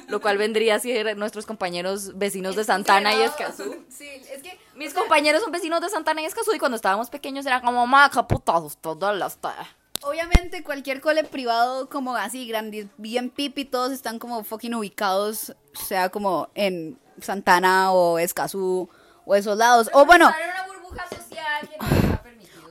[SPEAKER 1] lo cual vendría a ser nuestros compañeros vecinos de Santana y Escazú.
[SPEAKER 2] Sí, es que.
[SPEAKER 1] Mis compañeros son vecinos de Santana y Escazú y cuando estábamos pequeños era como, maca, putados, todas las... ta-".
[SPEAKER 2] Obviamente, cualquier cole privado, como así, grande, bien pipi, todos están como fucking ubicados, sea como en Santana o Escazú o esos lados. O bueno.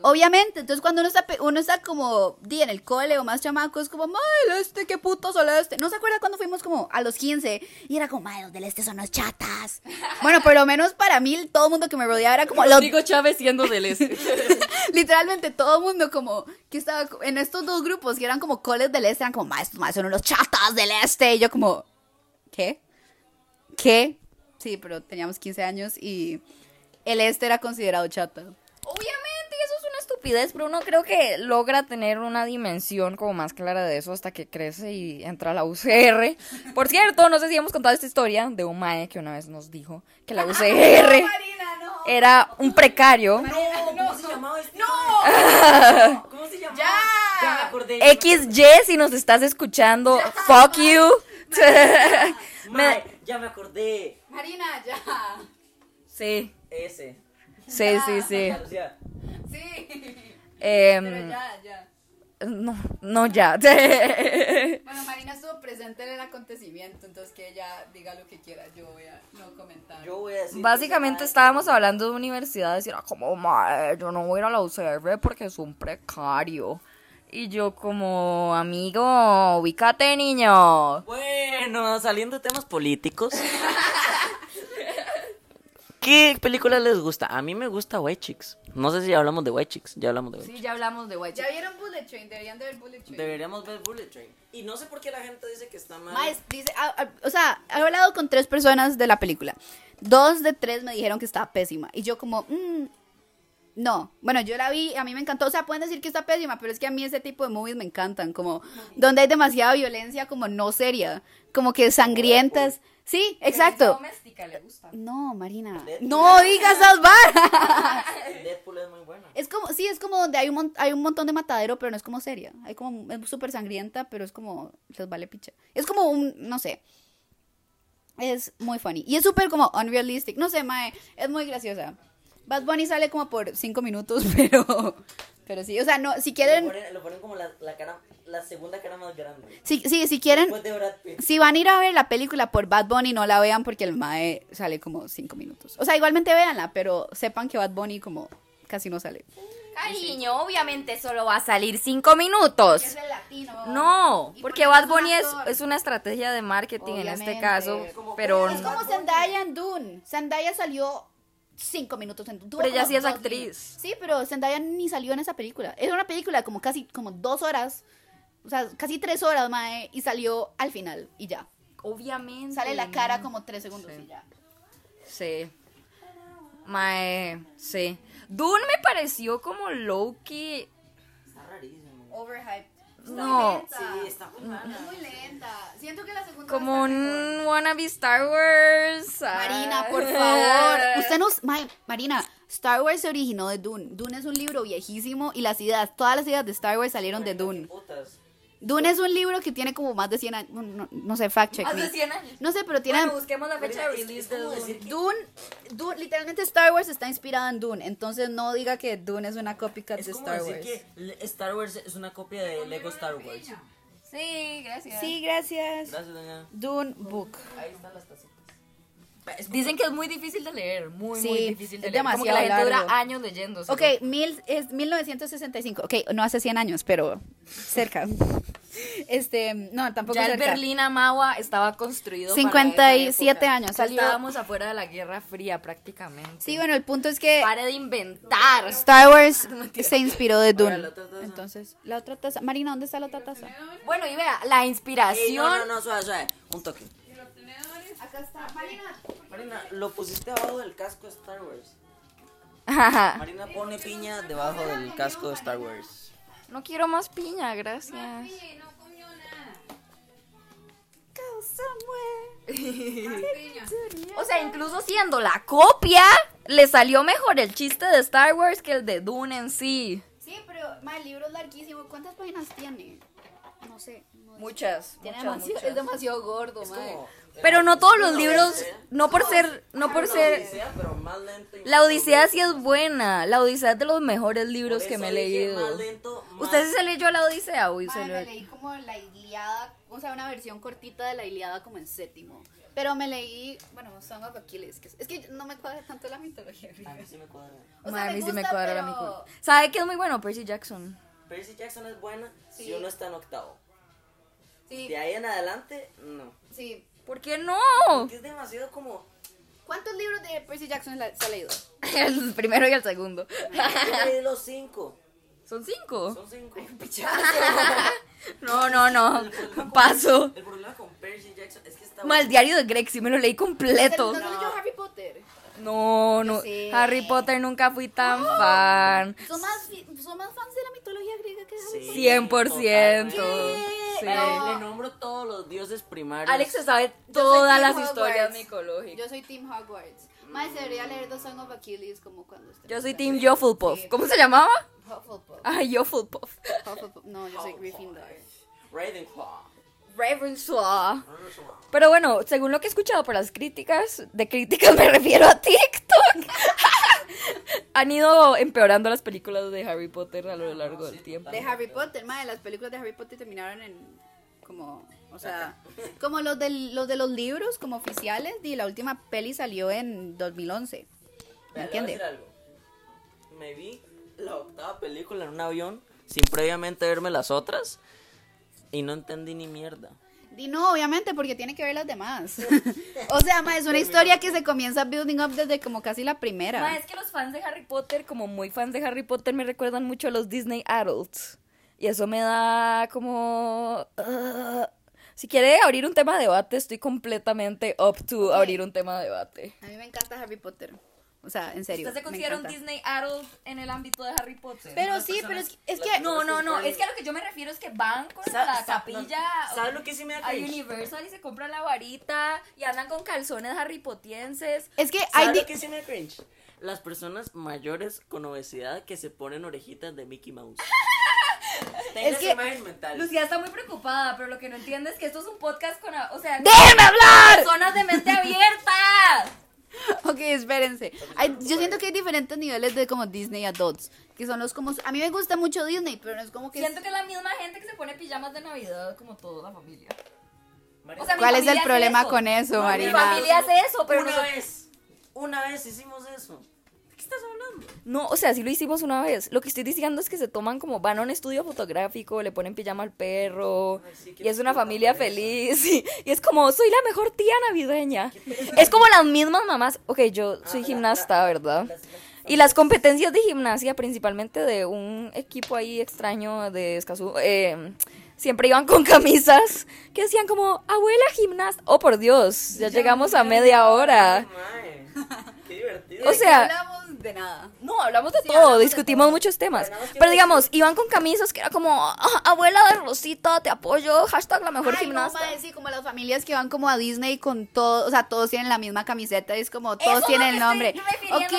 [SPEAKER 2] Obviamente, entonces cuando uno está, pe- uno está como, di, en el cole o más chamaco, es como, madre, el este, qué puto son el este. ¿No se acuerda cuando fuimos como a los 15? Y era como, madre, los del este son los chatas. bueno, por lo menos para mí, todo el mundo que me rodeaba era como, los,
[SPEAKER 1] Rodrigo Chávez siendo del este.
[SPEAKER 2] literalmente todo el mundo como, que estaba co- en estos dos grupos que eran como coles del este, eran como, madre, estos madres son unos chatas del este. Y yo como, ¿qué? ¿Qué? Sí, pero teníamos 15 años y el este era considerado chata.
[SPEAKER 1] Obviamente, eso es una estupidez, pero uno creo que logra tener una dimensión como más clara de eso hasta que crece y entra a la UCR. Por cierto, no sé si hemos contado esta historia de un mae que una vez nos dijo que la UCR era un precario.
[SPEAKER 4] ¿Cómo se llamaba este? ¿Cómo se llamaba?
[SPEAKER 2] Ya.
[SPEAKER 4] Ya me acordé.
[SPEAKER 1] XY, si nos estás escuchando, fuck you.
[SPEAKER 4] Mae, ya me acordé.
[SPEAKER 2] Marina, ya.
[SPEAKER 1] Sí,
[SPEAKER 4] Ese.
[SPEAKER 1] sí, sí, sí.
[SPEAKER 4] O sea,
[SPEAKER 2] Sí.
[SPEAKER 1] Em,
[SPEAKER 2] ya, ya.
[SPEAKER 1] no, no ya.
[SPEAKER 2] Bueno, Marina estuvo presente en el acontecimiento, entonces que ella diga lo que quiera, yo voy a no comentar.
[SPEAKER 4] yo voy a decir.
[SPEAKER 1] Básicamente estábamos hablando de universidades y era como, madre, yo no voy a ir a la UCR porque es un precario. Y yo como, amigo, ubícate, niño.
[SPEAKER 4] Bueno, saliendo de temas políticos. ¿Qué película les gusta? A mí me gusta White Chicks. No sé si ya hablamos de White Chicks. Ya hablamos de White Chicks.
[SPEAKER 1] Sí, ya hablamos de White
[SPEAKER 2] ¿Ya vieron Bullet Train? Deberían de ver Bullet Train.
[SPEAKER 4] Deberíamos ver Bullet Train. Y no sé por qué la gente dice que está mal.
[SPEAKER 2] Maes, dice, ah, ah, o sea, he hablado con tres personas de la película. Dos de tres me dijeron que estaba pésima. Y yo como, mm, No, bueno, yo la vi, a mí me encantó, o sea, pueden decir que está pésima, pero es que a mí ese tipo de movies me encantan, como donde hay demasiada violencia como no seria, como que sangrientas. Sí, exacto.
[SPEAKER 1] doméstica le gusta.
[SPEAKER 2] No,
[SPEAKER 4] Pues
[SPEAKER 2] Marina, no digas esas varas.
[SPEAKER 4] Deadpool es muy buena.
[SPEAKER 2] Es como, sí, es como donde hay un, mon- hay un montón de matadero, pero no es como seria. Hay como, es súper sangrienta, pero es como, les vale picha. Es como un, no sé. Es muy funny. Y es súper como unrealistic. No sé, mae, es muy graciosa. Bad Bunny sale como por cinco minutos, pero, pero sí. O sea, no, si
[SPEAKER 4] Lo
[SPEAKER 2] quieren,
[SPEAKER 4] ponen, lo ponen como la, la cara, la segunda cara más grande.
[SPEAKER 2] si, sí, si quieren,
[SPEAKER 4] Después de Brad Pitt.
[SPEAKER 2] si van a ir a ver la película por Bad Bunny, no la vean porque el mae sale como cinco minutos. O sea, igualmente véanla, pero sepan que Bad Bunny como casi no sale.
[SPEAKER 1] Cariño, obviamente solo va a salir cinco minutos. No,
[SPEAKER 2] Y
[SPEAKER 1] porque Bad Bunny
[SPEAKER 2] un
[SPEAKER 1] es,
[SPEAKER 2] actor.
[SPEAKER 1] es una estrategia de marketing en este
[SPEAKER 2] Obviamente.
[SPEAKER 1] caso,
[SPEAKER 2] Es
[SPEAKER 4] como-
[SPEAKER 1] pero,
[SPEAKER 2] Es como Zendaya en Dune. Zendaya salió cinco minutos en Dune. Tuvo
[SPEAKER 1] Pero ella
[SPEAKER 2] como
[SPEAKER 1] sí es
[SPEAKER 2] dos
[SPEAKER 1] actriz.
[SPEAKER 2] minutos. Sí, pero Zendaya ni salió en esa película. Era una película como casi como dos horas. O sea, casi tres horas, mae. Y salió al final y ya.
[SPEAKER 1] obviamente
[SPEAKER 2] Sale la cara como tres segundos
[SPEAKER 1] Sí.
[SPEAKER 2] y ya.
[SPEAKER 1] Sí. Mae, sí. Dune me pareció como Loki.
[SPEAKER 4] Está rarísimo.
[SPEAKER 2] Overhyped.
[SPEAKER 1] No,
[SPEAKER 4] Sí, está muy mala.
[SPEAKER 2] Muy lenta. Siento que la segunda.
[SPEAKER 1] como un wannabe Star Wars. ah.
[SPEAKER 2] Marina, por favor. Usted no. mae, Marina, Star Wars se originó de Dune. Dune es un libro viejísimo y las ideas, todas las ideas de Star Wars salieron de Dune.
[SPEAKER 4] Putas.
[SPEAKER 2] Dune es un libro que tiene como más de 100 años. No, no sé, fact check.
[SPEAKER 1] Más
[SPEAKER 2] me.
[SPEAKER 1] de 100 años.
[SPEAKER 2] No sé, pero tiene.
[SPEAKER 1] Bueno, busquemos la fecha de release de Dune.
[SPEAKER 2] Dune, Dune- literalmente Star Wars está inspirada en Dune. Entonces no diga que Dune es una copycat
[SPEAKER 4] Es
[SPEAKER 2] de
[SPEAKER 4] como
[SPEAKER 2] Star
[SPEAKER 4] decir
[SPEAKER 2] Wars.
[SPEAKER 4] que le- Star Wars es una copia de Lego Star Wars.
[SPEAKER 1] Sí, gracias.
[SPEAKER 2] Sí, gracias.
[SPEAKER 4] Gracias, doña.
[SPEAKER 2] Dune Book.
[SPEAKER 4] Ahí están las tacitas.
[SPEAKER 1] Dicen que es muy difícil de leer, muy,
[SPEAKER 2] Sí,
[SPEAKER 1] muy difícil de
[SPEAKER 2] es
[SPEAKER 1] leer. Como que la
[SPEAKER 2] demasiado
[SPEAKER 1] gente
[SPEAKER 2] largo.
[SPEAKER 1] dura años leyendo.
[SPEAKER 2] Ok, mil, es 1965. Ok, no hace 100 años, pero cerca. Este, no, tampoco
[SPEAKER 1] Ya el
[SPEAKER 2] cerca.
[SPEAKER 1] Berlín Amawa estaba construido.
[SPEAKER 2] 57
[SPEAKER 1] para esa época.
[SPEAKER 2] años,
[SPEAKER 1] O sea,
[SPEAKER 2] salió-
[SPEAKER 1] Estábamos afuera de la Guerra Fría prácticamente.
[SPEAKER 2] Sí, bueno, el punto es que
[SPEAKER 1] Pare de inventar.
[SPEAKER 2] Star Wars se inspiró de
[SPEAKER 4] Ahora,
[SPEAKER 2] Dune.
[SPEAKER 4] la otra taza.
[SPEAKER 2] Entonces, la otra taza. Marina, ¿dónde está la otra taza?
[SPEAKER 1] Bueno, y vea, la inspiración.
[SPEAKER 4] Ey, no, no, no, suave, suave. Un toque.
[SPEAKER 2] Acá está. Marina,
[SPEAKER 4] Marina, lo pusiste abajo del casco de Star Wars.
[SPEAKER 1] Ajá.
[SPEAKER 4] Marina pone piña debajo del casco de Star Wars.
[SPEAKER 1] No quiero más piña, gracias. O sea, incluso siendo la copia, le salió mejor el chiste de Star Wars que el de Dune en sí.
[SPEAKER 2] Sí, pero ma, el libro es larguísimo. ¿Cuántas páginas tiene? No sé. no dice.
[SPEAKER 1] Muchas,
[SPEAKER 2] Tiene
[SPEAKER 1] muchas,
[SPEAKER 2] demasiado-
[SPEAKER 1] muchas.
[SPEAKER 2] Es demasiado gordo, mae.
[SPEAKER 4] Como-
[SPEAKER 1] Pero no todos los
[SPEAKER 4] Una
[SPEAKER 1] libros,
[SPEAKER 4] odisea.
[SPEAKER 1] no por ser, no por
[SPEAKER 4] Una
[SPEAKER 1] ser.
[SPEAKER 4] odisea, pero más lento y
[SPEAKER 1] La
[SPEAKER 4] más
[SPEAKER 1] Odisea
[SPEAKER 4] lento.
[SPEAKER 1] sí es buena. La Odisea es de los mejores libros
[SPEAKER 4] Por
[SPEAKER 1] que
[SPEAKER 4] eso
[SPEAKER 1] me he
[SPEAKER 4] dije,
[SPEAKER 1] leído.
[SPEAKER 4] más lento, más-
[SPEAKER 1] ¿Usted sí se leyó la Odisea? Uy,
[SPEAKER 2] Mae,
[SPEAKER 1] se lo-
[SPEAKER 2] me leí como la Iliada, o sea, una versión cortita de la Iliada como en séptimo. Pero me leí, bueno, Song of Achilles. Que es, es que no me cuadra tanto la mitología. griega.
[SPEAKER 4] A mí sí me cuadra.
[SPEAKER 2] O sea,
[SPEAKER 1] Mae, a
[SPEAKER 2] me
[SPEAKER 1] mí sí me
[SPEAKER 2] gusta,
[SPEAKER 1] cuadra la
[SPEAKER 2] pero-
[SPEAKER 1] mico. ¿Sabe qué es muy bueno? Percy Jackson.
[SPEAKER 4] Percy Jackson es buena
[SPEAKER 2] Sí.
[SPEAKER 4] si uno está en octavo.
[SPEAKER 2] Sí,
[SPEAKER 4] De ahí en adelante, no.
[SPEAKER 2] sí.
[SPEAKER 1] ¿Por qué no?
[SPEAKER 4] Porque es demasiado como.
[SPEAKER 2] ¿Cuántos libros de Percy Jackson la- se ha leído?
[SPEAKER 1] El primero y el segundo.
[SPEAKER 4] Yo leí los cinco.
[SPEAKER 1] ¿Son cinco?
[SPEAKER 4] Son cinco.
[SPEAKER 1] No, no, no. Paso.
[SPEAKER 4] El problema con Percy Jackson es que está.
[SPEAKER 1] Mal diario de Greg, sí me lo leí completo.
[SPEAKER 2] ¿No leyó Harry Potter?
[SPEAKER 1] No, no.
[SPEAKER 2] Sí.
[SPEAKER 1] Harry Potter nunca fui tan fan.
[SPEAKER 2] Son más, fi- son más fans de la mitología griega que de Harry
[SPEAKER 4] Sí,
[SPEAKER 1] 100%.
[SPEAKER 4] totalmente.
[SPEAKER 1] Sí.
[SPEAKER 4] Le, le nombro todos los dioses primarios.
[SPEAKER 1] Alex se sabe
[SPEAKER 2] soy
[SPEAKER 1] todas las
[SPEAKER 2] Team
[SPEAKER 1] historias
[SPEAKER 2] Hogwarts.
[SPEAKER 1] micológicas.
[SPEAKER 2] Yo soy Team Hogwarts. Mae, se debería leer The Song of Achilles como cuando usted-
[SPEAKER 1] Yo soy Ah. Team Hufflepuff. ¿Cómo se llamaba?
[SPEAKER 2] Hufflepuff.
[SPEAKER 1] Ay, Hufflepuff.
[SPEAKER 2] Hufflepuff. No, yo soy Gryffindor.
[SPEAKER 4] Ravenclaw.
[SPEAKER 1] Ravenclaw. Pero bueno, según lo que he escuchado por las críticas, de críticas me refiero a TikTok, han ido empeorando las películas de Harry Potter a lo
[SPEAKER 5] Ah,
[SPEAKER 1] largo del tiempo.
[SPEAKER 2] De Harry Potter, madre, las películas de Harry Potter terminaron en como, o sea, como los de los de los libros como oficiales y la última peli salió en 2011. ¿Me
[SPEAKER 4] Vea, le voy a
[SPEAKER 2] entiende?
[SPEAKER 4] decir algo. Me vi la octava película en un avión sin previamente verme las otras y no entendí ni mierda.
[SPEAKER 2] Y no, obviamente, porque tiene que ver las demás. o sea, ma, es una historia que se comienza building up desde como casi la primera.
[SPEAKER 1] Ma, es que los fans de Harry Potter, como muy fans de Harry Potter, me recuerdan mucho a los Disney Adults. Y eso me da como... ah. si quiere abrir un tema de debate, estoy completamente up to abrir un tema de debate.
[SPEAKER 2] A mí me encanta Harry Potter. O sea, en serio.
[SPEAKER 5] ¿Usted se
[SPEAKER 2] me
[SPEAKER 5] considera un
[SPEAKER 2] encanta.
[SPEAKER 5] Disney adult en el ámbito de Harry Potter?
[SPEAKER 2] Pero
[SPEAKER 4] Las
[SPEAKER 2] sí, pero
[SPEAKER 4] personas-
[SPEAKER 2] es, es
[SPEAKER 4] las
[SPEAKER 2] que.
[SPEAKER 5] no, no, no, es que a lo que yo me refiero es que van con
[SPEAKER 4] Sa-
[SPEAKER 5] la
[SPEAKER 4] sa-
[SPEAKER 5] capilla
[SPEAKER 4] no, ¿sabe lo que sí me da
[SPEAKER 5] a
[SPEAKER 4] cringe?
[SPEAKER 5] Universal y se compran la varita y andan con calzones harripotienses.
[SPEAKER 2] Es que hay.
[SPEAKER 4] ¿Sabes
[SPEAKER 2] di-
[SPEAKER 4] lo que sí me da cringe? Las personas mayores con obesidad que se ponen orejitas de Mickey Mouse. Tenga
[SPEAKER 2] Es
[SPEAKER 4] esa
[SPEAKER 2] que-
[SPEAKER 4] imagen mental.
[SPEAKER 5] Lucía está muy preocupada, pero lo que no entiende es que esto es un podcast con, a- o sea,
[SPEAKER 2] ¡Déjenme hablar!
[SPEAKER 5] personas de mente abierta.
[SPEAKER 2] Ok, espérense. Hay- yo siento que hay diferentes niveles de como Disney Adults. Que son los como. A mí me gusta mucho Disney, pero no es como que.
[SPEAKER 5] Siento que es la misma gente que se pone pijamas de Navidad como toda la familia.
[SPEAKER 4] María,
[SPEAKER 5] O sea, mi
[SPEAKER 2] ¿Cuál es
[SPEAKER 5] familia
[SPEAKER 2] el problema
[SPEAKER 5] eso.
[SPEAKER 2] con eso,
[SPEAKER 5] Mi
[SPEAKER 2] Marina?
[SPEAKER 5] familia hace eso, pero
[SPEAKER 4] una
[SPEAKER 5] nosotros-
[SPEAKER 4] vez, una vez hicimos eso. ¿De qué estás hablando?
[SPEAKER 5] No, o sea, sí lo hicimos una vez. Lo que estoy diciendo es que se toman como van a un estudio fotográfico, le ponen pijama al perro
[SPEAKER 4] Ay, sí, qué
[SPEAKER 5] y es una
[SPEAKER 4] puta
[SPEAKER 5] familia
[SPEAKER 4] pereza.
[SPEAKER 5] feliz y, y es como soy la mejor tía navideña. Es como las mismas mamás. Ok, yo soy
[SPEAKER 4] Ah,
[SPEAKER 5] gimnasta, ¿verdad? y las competencias de gimnasia, principalmente de un equipo ahí extraño de Escazú, eh, siempre iban con camisas que decían como abuela gimnasta. Oh, por Dios, ya llegamos a media hora.
[SPEAKER 4] Mae, qué divertido.
[SPEAKER 5] O
[SPEAKER 2] ¿De qué
[SPEAKER 5] sea-
[SPEAKER 2] hablamos de nada.
[SPEAKER 5] No, hablamos de
[SPEAKER 2] Sí,
[SPEAKER 5] todo,
[SPEAKER 2] hablamos de
[SPEAKER 5] discutimos
[SPEAKER 2] todo.
[SPEAKER 5] muchos temas.
[SPEAKER 4] Pero nada más quiero
[SPEAKER 5] Pero digamos, iban con camisas que era como, "Ah, abuela de Rosita, te apoyo, hashtag la mejor
[SPEAKER 2] Ay, no,
[SPEAKER 5] gimnasta.
[SPEAKER 2] mae, sí, como las familias que van como a Disney con todo, o sea, todos tienen la misma camiseta y es como todos tienen el nombre. Ok,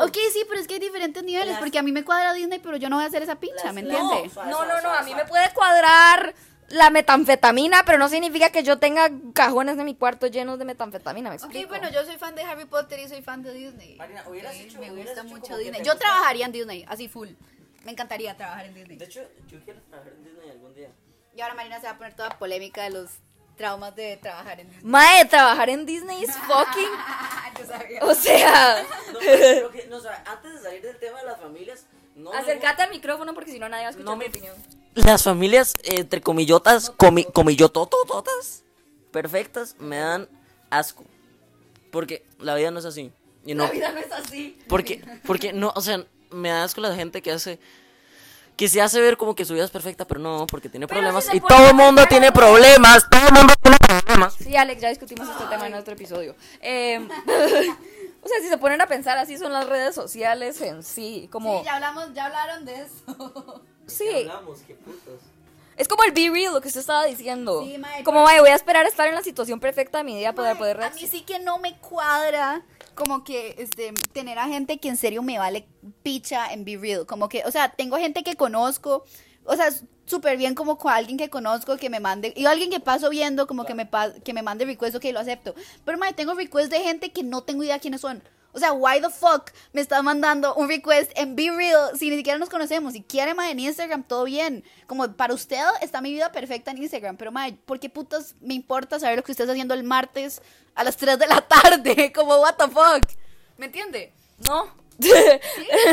[SPEAKER 2] ok, sí, pero es que hay diferentes niveles, porque a mí me cuadra Disney, pero yo no voy a hacer esa pincha, ¿me
[SPEAKER 5] No,
[SPEAKER 2] entiende?
[SPEAKER 4] Suave,
[SPEAKER 5] no,
[SPEAKER 4] suave,
[SPEAKER 5] no, no,
[SPEAKER 4] suave,
[SPEAKER 5] a mí
[SPEAKER 4] suave.
[SPEAKER 5] me puede cuadrar la metanfetamina, pero no significa que yo tenga cajones de mi cuarto llenos de metanfetamina, me explico.
[SPEAKER 2] yo soy fan de Harry Potter y soy fan de Disney.
[SPEAKER 4] Marina, hubieras hecho-
[SPEAKER 2] me
[SPEAKER 4] hubieras
[SPEAKER 2] gusta
[SPEAKER 4] hecho
[SPEAKER 2] mucho
[SPEAKER 4] como que
[SPEAKER 2] Disney.
[SPEAKER 4] te
[SPEAKER 2] Yo
[SPEAKER 4] gusta-
[SPEAKER 2] trabajaría en Disney, así full. Me encantaría trabajar en
[SPEAKER 4] De
[SPEAKER 2] Disney.
[SPEAKER 4] hecho, yo quiero trabajar en Disney algún día.
[SPEAKER 2] Y ahora Marina se va a poner toda polémica de los traumas de trabajar en Disney.
[SPEAKER 5] Mae, trabajar en Disney es fucking,
[SPEAKER 2] yo sabía.
[SPEAKER 5] o sea,
[SPEAKER 4] No, pero creo que- no, o sea, antes de salir del tema de las familias, no me
[SPEAKER 5] acércate al micrófono porque si no nadie va a escuchar
[SPEAKER 4] No
[SPEAKER 5] tu
[SPEAKER 4] me-
[SPEAKER 5] opinión.
[SPEAKER 4] Las familias, eh, entre comillotas, comi, comillototototas, perfectas, me dan asco. Porque la vida no es así. Y no,
[SPEAKER 5] La vida no es así.
[SPEAKER 4] porque, porque no, o sea, me da asco la gente que hace, que se hace ver como que su vida es perfecta, pero no, porque tiene
[SPEAKER 5] Pero
[SPEAKER 4] problemas.
[SPEAKER 5] si se
[SPEAKER 4] y
[SPEAKER 5] pone
[SPEAKER 4] todo
[SPEAKER 5] a
[SPEAKER 4] el mundo
[SPEAKER 5] pensar
[SPEAKER 4] tiene
[SPEAKER 5] en-
[SPEAKER 4] problemas, todo el mundo tiene problemas.
[SPEAKER 5] Sí, Alex, ya discutimos este tema en otro episodio. Eh, o sea, si se ponen a pensar, así son las redes sociales en sí. Como,
[SPEAKER 2] Sí, ya hablamos, ya hablaron de eso.
[SPEAKER 5] sí,
[SPEAKER 4] qué putos.
[SPEAKER 5] es como el be real, lo que usted estaba diciendo.
[SPEAKER 2] Sí, mae,
[SPEAKER 5] como, mae, voy a esperar a estar en la situación perfecta de mi vida para poder
[SPEAKER 2] A mí sí que no me cuadra como que este tener a gente que en serio me vale picha en Be Real. Como que, o sea, tengo gente que conozco, o sea, súper bien como con alguien que conozco que me mande, y alguien que paso viendo como que me, pa- que me mande request, ok, lo acepto. Pero, madre, tengo request de gente que no tengo idea quiénes son. O sea, why the fuck me está mandando un request en Be Real si ni siquiera nos conocemos? Si quiere, madre, en Instagram, todo bien. Como para usted está mi vida perfecta en Instagram. Pero, madre, ¿por qué putas me importa saber lo que usted está haciendo el martes a las 3 de la tarde? Como, what the fuck. ¿Me entiende?
[SPEAKER 5] No.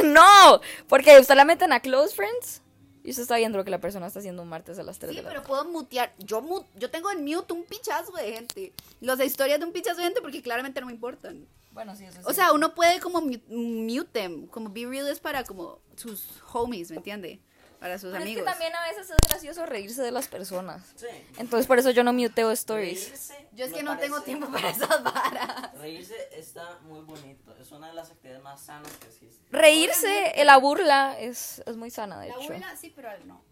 [SPEAKER 5] no, porque usted la mete en a Close Friends y usted está viendo lo que la persona está haciendo un martes a las 3
[SPEAKER 2] Sí,
[SPEAKER 5] de la
[SPEAKER 2] pero
[SPEAKER 5] tarde.
[SPEAKER 2] puedo mutear. Yo, mu- yo tengo en mute un pichazo de gente. Las historias de un pichazo de gente porque claramente no me importan.
[SPEAKER 5] Bueno, sí, eso
[SPEAKER 2] O sea, uno puede como mu- mute them. Como Be Real es para como sus homies, ¿me entiende? Para sus
[SPEAKER 5] Pero es
[SPEAKER 2] amigos.
[SPEAKER 5] que también a veces es gracioso reírse de las personas.
[SPEAKER 4] Sí.
[SPEAKER 5] Entonces, por eso yo no muteo stories.
[SPEAKER 4] Reírse,
[SPEAKER 2] Yo es
[SPEAKER 4] me
[SPEAKER 2] que no tengo
[SPEAKER 4] parece-
[SPEAKER 2] tiempo para esas varas.
[SPEAKER 4] Reírse está muy bonito. Es una de las actividades más sanas que existe.
[SPEAKER 5] Reírse, eh, la burla es, es muy sana, de
[SPEAKER 2] La
[SPEAKER 5] hecho.
[SPEAKER 2] abuela sí, pero no.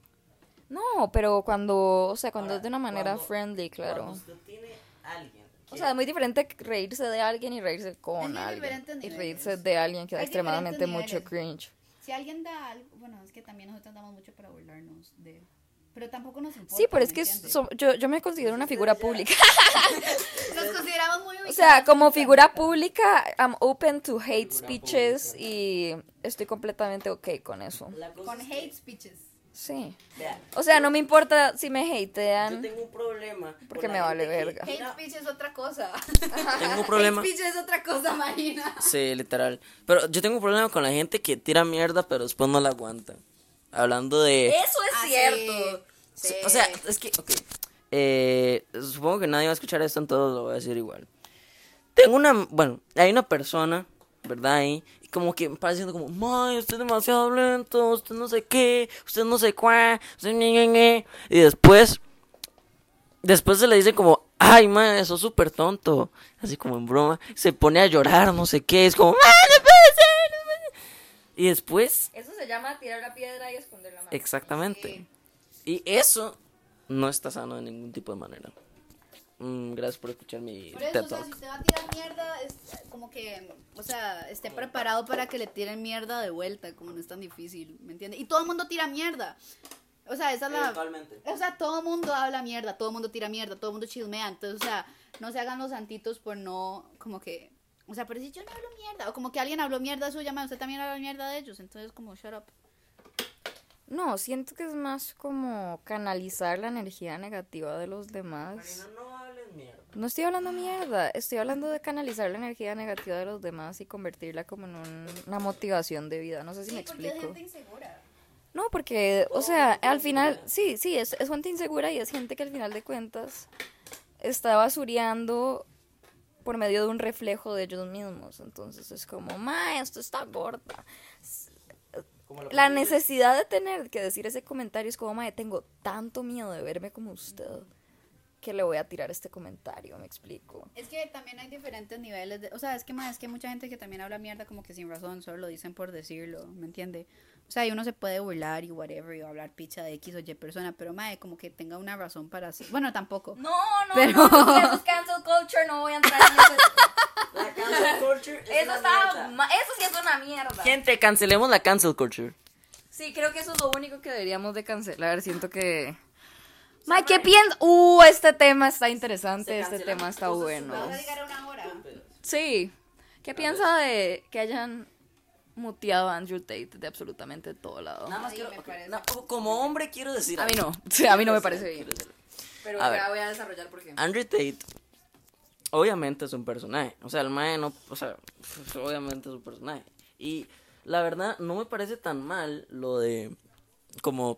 [SPEAKER 5] No, pero cuando, o sea, cuando
[SPEAKER 4] Ahora,
[SPEAKER 5] es de una manera
[SPEAKER 4] cuando-
[SPEAKER 5] friendly, claro.
[SPEAKER 4] Cuando usted tiene a alguien.
[SPEAKER 5] O sea, es muy diferente que reírse de alguien y reírse
[SPEAKER 2] Hay
[SPEAKER 5] con
[SPEAKER 2] de
[SPEAKER 5] alguien.
[SPEAKER 2] diferentes
[SPEAKER 5] Y
[SPEAKER 2] niveles.
[SPEAKER 5] reírse de alguien que da
[SPEAKER 2] Hay
[SPEAKER 5] extremadamente
[SPEAKER 2] diferentes
[SPEAKER 5] mucho
[SPEAKER 2] niveles.
[SPEAKER 5] cringe.
[SPEAKER 2] Si alguien da algo, bueno, es que también nosotros damos mucho para burlarnos de... Pero tampoco nos importa.
[SPEAKER 5] Sí, pero es
[SPEAKER 2] ¿me
[SPEAKER 5] que
[SPEAKER 2] entiende?
[SPEAKER 5] so- yo, yo me considero una figura pública.
[SPEAKER 2] Nos consideramos muy
[SPEAKER 5] o sea, como figura pública, I'm open to hate speeches y estoy completamente ok con eso.
[SPEAKER 4] La cosa
[SPEAKER 2] Con
[SPEAKER 4] es
[SPEAKER 2] hate speeches.
[SPEAKER 5] Sí.
[SPEAKER 4] que- vea,
[SPEAKER 5] O sea, no me importa si me
[SPEAKER 4] yo
[SPEAKER 5] hatean.
[SPEAKER 4] tengo un problema. con
[SPEAKER 5] Porque
[SPEAKER 4] la
[SPEAKER 5] me vale
[SPEAKER 4] gente que
[SPEAKER 5] verga.
[SPEAKER 2] Hate
[SPEAKER 4] tira-
[SPEAKER 2] speech es otra cosa.
[SPEAKER 4] Tengo un
[SPEAKER 2] Hate
[SPEAKER 4] problema.
[SPEAKER 2] speech es otra cosa, Marina.
[SPEAKER 4] Sí, literal. Pero yo tengo un problema con la gente que tira mierda, pero después no la aguanta. Hablando de.
[SPEAKER 5] Eso es
[SPEAKER 2] Ah, sí.
[SPEAKER 5] cierto.
[SPEAKER 4] Sí,
[SPEAKER 2] Sí.
[SPEAKER 4] O sea, es que, ok. Eh, supongo que nadie va a escuchar esto, entonces lo voy a decir igual. Tengo una, bueno, hay una persona, ¿verdad? Ahí, y como que me parece diciendo como, May, usted es demasiado lento, usted no sé qué, usted no sé cuá, usted ñe, ñe, ñe". Y después, después se le dice como, ay, man, eso es súper tonto. Así como en broma. Se pone a llorar, no sé qué. Es como, "Man, Ah, no puede ser, no puede ser". Y después,
[SPEAKER 1] Eso se llama tirar la piedra y esconder la mano.
[SPEAKER 4] exactamente. Y eso no está sano de ningún tipo de manera. Mm, gracias por escuchar mi
[SPEAKER 2] Por eso,
[SPEAKER 4] TED
[SPEAKER 2] o sea, si
[SPEAKER 4] Talk.
[SPEAKER 2] usted va a tirar mierda, es eh, como que, o sea, esté preparado para que le tiren mierda de vuelta, como no es tan difícil, ¿me entiende? Y todo el mundo tira mierda. O sea, esa es la...
[SPEAKER 4] Eventualmente.
[SPEAKER 2] O sea, todo el mundo habla mierda, todo el mundo tira mierda, todo el mundo chismea, entonces, o sea, no se hagan los santitos por no, como que... O sea, pero si yo no hablo mierda, o como que alguien habló mierda suya, man, usted también habla mierda de ellos, entonces como, shut up.
[SPEAKER 1] No, siento que es más como canalizar la energía negativa de los demás.
[SPEAKER 4] no hables mierda.
[SPEAKER 1] No estoy hablando mierda, estoy hablando de canalizar la energía negativa de los demás y convertirla como en un- una motivación de vida. No sé si me explico.
[SPEAKER 2] insegura.
[SPEAKER 1] No, porque, o sea, al final, sí, sí, es, es gente insegura y es gente que al final de cuentas está basureando por medio de un reflejo de ellos mismos. Entonces es como, ma, esto está gorda. La necesidad de tener que decir ese comentario es como, mae, tengo tanto miedo de verme como usted que le voy a tirar este comentario, me explico.
[SPEAKER 2] Es que también hay diferentes niveles de, o sea, es que más, es que hay mucha gente que también habla mierda como que sin razón, solo lo dicen por decirlo, ¿me entiende? O sea, y uno se puede burlar y whatever y hablar picha de X o Y persona, pero mae, como que tenga una razón para hacer. Bueno, tampoco.
[SPEAKER 1] No, no,
[SPEAKER 2] Pero- no, eso es
[SPEAKER 1] cancel culture, no voy a entrar en eso.
[SPEAKER 4] La cancel culture
[SPEAKER 1] eso sí es una mierda.
[SPEAKER 4] Gente, cancelemos la cancel culture.
[SPEAKER 1] Sí, creo que eso es lo único que deberíamos de cancelar. Siento que. Mae, ¿qué piensas? Uh, este tema está interesante, este tema está bueno.
[SPEAKER 2] llegar a una hora.
[SPEAKER 1] Sí. ¿Qué piensa de que hayan muteado a Andrew Tate de absolutamente todo lado?
[SPEAKER 4] Nada más
[SPEAKER 2] Ahí
[SPEAKER 4] quiero-
[SPEAKER 2] me
[SPEAKER 4] ok,
[SPEAKER 2] parece.
[SPEAKER 4] na- o- como hombre quiero decir.
[SPEAKER 1] A mí
[SPEAKER 4] algo.
[SPEAKER 1] no, sí, a mí no me parece bien.
[SPEAKER 4] Quiero decir-
[SPEAKER 1] Pero
[SPEAKER 4] A ver.
[SPEAKER 1] voy a desarrollar por qué.
[SPEAKER 4] Andrew Tate, obviamente es un personaje. O sea, el mae no. O sea, pues, obviamente es un personaje. Y la verdad, no me parece tan mal lo de. Como.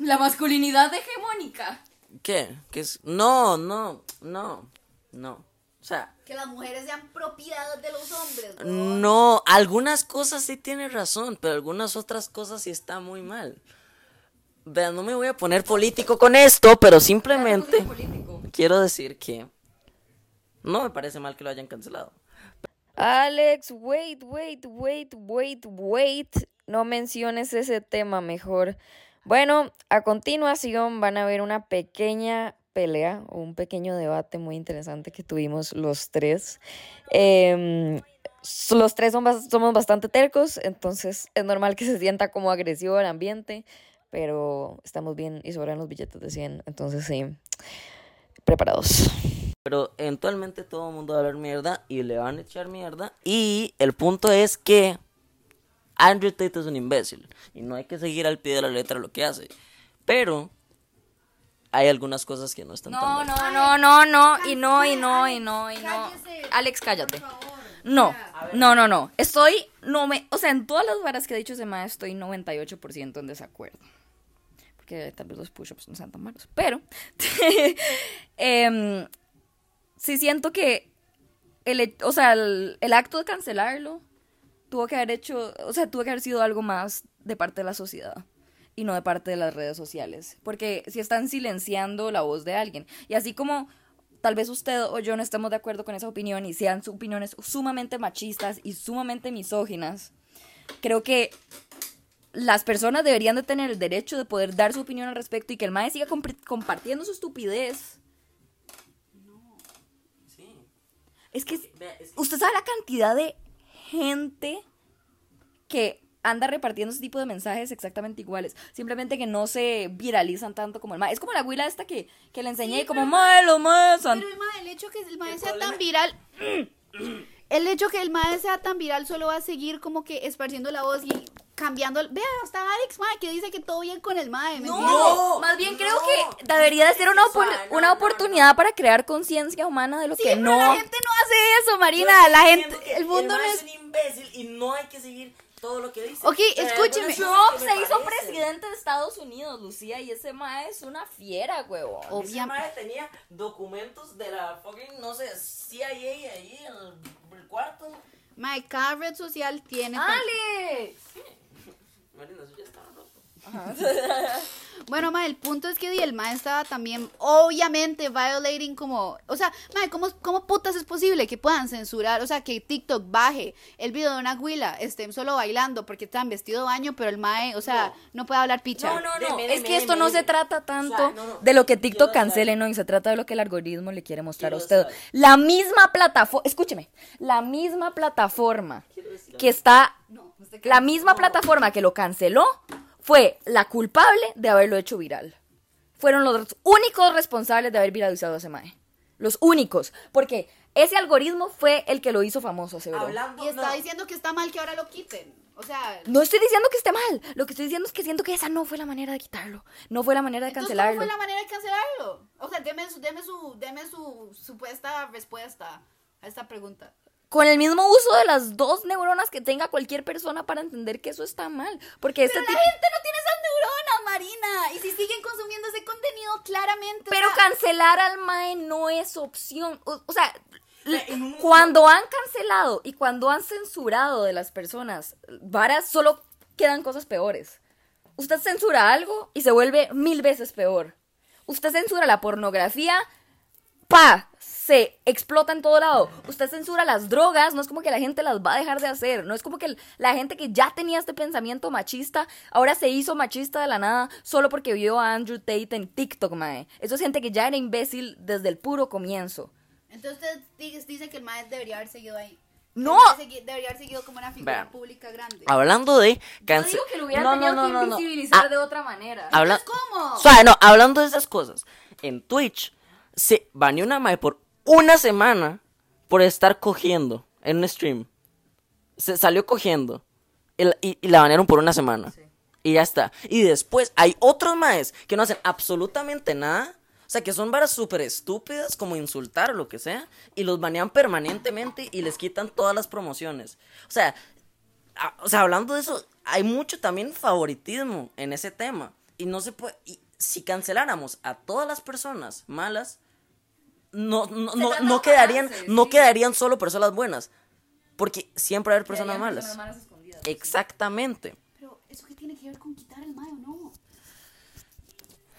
[SPEAKER 1] La masculinidad hegemónica.
[SPEAKER 4] ¿Qué? ¿Qué es? No, no, no, no. O sea,
[SPEAKER 2] Que las mujeres sean propiedad de los hombres.
[SPEAKER 4] No, algunas cosas sí tiene razón, pero algunas otras cosas sí está muy mal. Vean, no me voy a poner político con esto, pero simplemente quiero decir que no me parece mal que lo hayan cancelado.
[SPEAKER 1] Alex, wait, wait, wait, wait, wait. No menciones ese tema mejor. Bueno, a continuación van a ver una pequeña pelea o un pequeño debate muy interesante que tuvimos los tres. Em, s- los tres son bas- somos bastante tercos, entonces es normal que se sienta como agresivo el ambiente, pero estamos bien y sobran los billetes de 100, entonces sí, preparados.
[SPEAKER 4] Pero eventualmente todo el mundo va a hablar mierda y le van a echar mierda. Y el punto es que Andrew Tate es un imbécil. Y no hay que seguir al pie de la letra lo que hace. Pero hay algunas cosas que no están tan
[SPEAKER 1] No,
[SPEAKER 4] mal.
[SPEAKER 1] no, no, no, no, y no, y no, y no, y no. Alex, cállate. No, no, no, no. Estoy, no me, o sea, en todas las varas que ha dicho Sema, estoy 98% en desacuerdo. Porque tal vez los push-ups no sean tan malos. Pero, em, sí siento que, el, he- o sea, el, el acto de cancelarlo tuvo que haber hecho, o sea, tuvo que haber sido algo más de parte de la sociedad y no de parte de las redes sociales, porque si están silenciando la voz de alguien y así como tal vez usted o yo no estemos de acuerdo con esa opinión y sean su- opiniones sumamente machistas y sumamente misóginas, creo que las personas deberían de tener el derecho de poder dar su opinión al respecto y que el MAE siga compri- compartiendo su estupidez. Es que es- usted sabe la cantidad de gente que anda repartiendo ese tipo de mensajes exactamente iguales. Simplemente que no se viralizan tanto como el mae. Es como la güila esta que, que le enseñé y como, mae, lo mae, son-".
[SPEAKER 2] Pero el, mae, el hecho que el mae sea tan viral. El hecho que el mae sea tan viral solo va a seguir como que esparciendo la voz y cambiando. el- Vea, hasta Alex, mae, que dice que todo bien con el mae. ¿me entiende?
[SPEAKER 1] No, más bien creo que debería de ser una, opor- una oportunidad para crear conciencia humana de lo
[SPEAKER 2] Sí,
[SPEAKER 1] que
[SPEAKER 2] pero
[SPEAKER 1] no.
[SPEAKER 2] la gente no hace eso, Marina. la gente, el mundo no es.
[SPEAKER 4] imbécil y no hay que seguir todo lo que dice.
[SPEAKER 2] Ok, escúcheme.
[SPEAKER 1] Trump se hizo presidente de Estados Unidos, Lucía, y ese mae es una fiera, huevón.
[SPEAKER 4] Esa
[SPEAKER 2] Obviamente.
[SPEAKER 4] madre tenía documentos de la fucking, no sé, CIA ahí en el, el cuarto.
[SPEAKER 2] Mae, cada red social
[SPEAKER 1] Ah,
[SPEAKER 2] tiene.
[SPEAKER 1] ¡Alex!
[SPEAKER 4] Marina, eso ya estaba roto.
[SPEAKER 2] tan- Bueno, Bueno, ma, el punto es que di, el ma estaba también, obviamente, violating como. O sea, ma, ¿cómo, ¿cómo putas es posible que puedan censurar? O sea, que TikTok baje el video de una güila, estén solo bailando porque están vestido de baño, pero el mae, o sea, no, puede hablar picha.
[SPEAKER 1] No, no, no.
[SPEAKER 5] Deme,
[SPEAKER 1] es
[SPEAKER 5] deme,
[SPEAKER 1] que esto
[SPEAKER 5] deme,
[SPEAKER 1] no
[SPEAKER 5] deme.
[SPEAKER 1] se trata tanto
[SPEAKER 5] O sea, no, no,
[SPEAKER 1] de lo que
[SPEAKER 5] yo-
[SPEAKER 1] TikTok
[SPEAKER 5] yo-
[SPEAKER 1] cancele, no. Y se trata de lo que el algoritmo le quiere mostrar a
[SPEAKER 4] Quiero
[SPEAKER 1] usted.
[SPEAKER 4] saber.
[SPEAKER 1] La misma plataforma. Escúcheme. La misma plataforma que está. La misma plataforma que lo canceló fue la culpable de haberlo hecho viral. Fueron los únicos responsables de haber viralizado a ese mae. Los únicos. Porque ese algoritmo fue el que lo hizo famoso, aseguró.
[SPEAKER 5] Hablando.
[SPEAKER 2] Y está
[SPEAKER 5] no.
[SPEAKER 2] diciendo que está mal que ahora lo quiten. O sea,
[SPEAKER 1] No estoy diciendo que esté mal. Lo que estoy diciendo es que siento que esa no fue la manera de quitarlo. No fue la manera de
[SPEAKER 2] entonces,
[SPEAKER 1] cancelarlo.
[SPEAKER 2] ¿cómo fue la manera de cancelarlo? O sea, deme su, deme su, deme su supuesta respuesta a esta pregunta.
[SPEAKER 1] Con el mismo uso de las dos neuronas que tenga cualquier persona para entender que eso está mal. Porque este tipo.
[SPEAKER 2] gente no tiene esas neuronas, Marina. Y si siguen consumiendo ese contenido, claramente.
[SPEAKER 1] Pero
[SPEAKER 2] o sea,
[SPEAKER 1] cancelar al MAE no es opción. O, o sea, l-
[SPEAKER 5] en un-
[SPEAKER 1] cuando han cancelado y cuando han censurado de las personas, varas, solo quedan cosas peores. Usted censura algo y se vuelve mil veces peor. Usted censura la pornografía, pa, se explota en todo lado. Usted censura las drogas, no es como que la gente las va a dejar de hacer, no es como que l- la gente que ya tenía este pensamiento machista ahora se hizo machista de la nada solo porque vio a Andrew Tate en TikTok, mae. Eso es gente que ya era imbécil desde el puro comienzo.
[SPEAKER 2] Entonces di- dice que el maestro debería haber seguido ahí.
[SPEAKER 1] No.
[SPEAKER 2] Debería, segui- debería haber seguido como una figura
[SPEAKER 4] Vean.
[SPEAKER 2] pública grande.
[SPEAKER 4] Hablando de
[SPEAKER 1] Yo
[SPEAKER 4] cance-
[SPEAKER 1] digo que lo hubieran
[SPEAKER 4] No, no,
[SPEAKER 1] tenido
[SPEAKER 4] no,
[SPEAKER 1] que
[SPEAKER 4] no, no.
[SPEAKER 1] invisibilizar
[SPEAKER 4] Ah,
[SPEAKER 1] de otra manera.
[SPEAKER 4] habla-
[SPEAKER 2] ¿Cómo?
[SPEAKER 4] Suave, no, hablando de esas cosas, en Twitch se baneó una mae por una semana por estar cogiendo en un stream. Se salió cogiendo y, la- y- y la banearon por una semana. Y ya está. Y después hay otros maes que no hacen absolutamente nada. O sea, que son varas súper estúpidas, como insultar o lo que sea, y los banean permanentemente y les quitan todas las promociones. O sea, a- Ah, o sea, hablando de eso, hay mucho también favoritismo en ese tema. Y no se puede. y si canceláramos a todas las personas malas, no, no, no-
[SPEAKER 1] trata
[SPEAKER 4] no
[SPEAKER 1] de un
[SPEAKER 4] quedarían,
[SPEAKER 1] balance,
[SPEAKER 4] no
[SPEAKER 1] sí.
[SPEAKER 4] quedarían solo personas buenas. Porque siempre va a haber personas
[SPEAKER 1] Quedarían
[SPEAKER 4] malas. Exactamente.
[SPEAKER 2] Pero eso qué tiene que ver con quitar el mayo, no.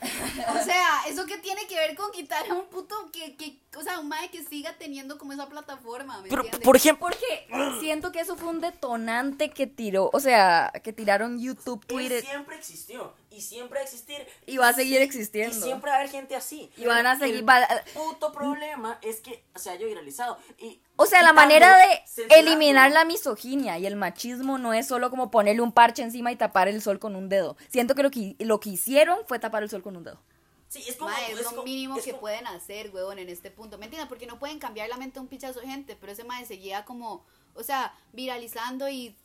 [SPEAKER 2] O sea, eso que tiene que ver con quitar a un puto que, que o sea, un mae que siga teniendo como esa plataforma, ¿me
[SPEAKER 4] Pero,
[SPEAKER 2] entiendes?
[SPEAKER 4] por ejemplo,
[SPEAKER 1] Porque siento que eso fue un detonante que tiró, o sea, que tiraron YouTube, Twitter,
[SPEAKER 4] siempre existió. Y siempre va a existir.
[SPEAKER 1] y va a seguir
[SPEAKER 4] Y
[SPEAKER 1] existiendo.
[SPEAKER 4] siempre va a haber gente así.
[SPEAKER 1] Y van a seguir-
[SPEAKER 4] El
[SPEAKER 1] va-
[SPEAKER 4] puto problema es que se haya viralizado. Y
[SPEAKER 1] O sea, la
[SPEAKER 4] quitándolo,
[SPEAKER 1] manera de
[SPEAKER 4] censurándolo.
[SPEAKER 1] eliminar la misoginia y el machismo no es solo como ponerle un parche encima y tapar el sol con un dedo. Siento que lo que, lo que hicieron fue tapar el sol con un dedo.
[SPEAKER 4] Sí, es como-
[SPEAKER 2] Ma, es, lo
[SPEAKER 4] como-
[SPEAKER 2] mínimo
[SPEAKER 4] es
[SPEAKER 2] que
[SPEAKER 4] como-
[SPEAKER 2] pueden hacer, huevón, en este punto. ¿Me entiendes? Porque no pueden cambiar la mente a un pichazo de gente, pero ese mae seguía como, o sea, viralizando y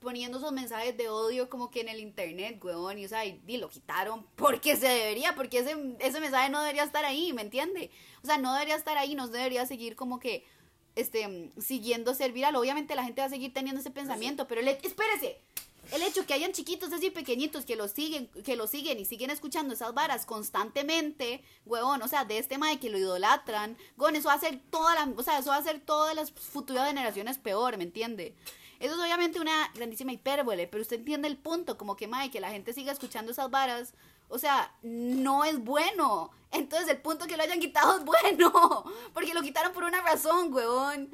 [SPEAKER 2] poniendo esos mensajes de odio como que en el internet, huevón, y o sea, y, y lo quitaron porque se debería, porque ese, ese mensaje no debería estar ahí, ¿me entiende? O sea, no debería estar ahí, no debería seguir como que, este, siguiendo ser viral. Obviamente la gente va a seguir teniendo ese pensamiento, pero el, he- espérese, el hecho que hayan chiquitos así pequeñitos que lo siguen, que lo siguen y siguen escuchando esas varas constantemente, huevón, o sea, de este mae que lo idolatran, huevón, eso va a hacer toda la, o sea, eso va a hacer todas las futuras generaciones peor, ¿me entiende? Eso es obviamente una grandísima hipérbole, pero usted entiende el punto, como que mae, que la gente siga escuchando esas varas, o sea, no es bueno. Entonces el punto que lo hayan quitado es bueno, porque lo quitaron por una razón, huevón.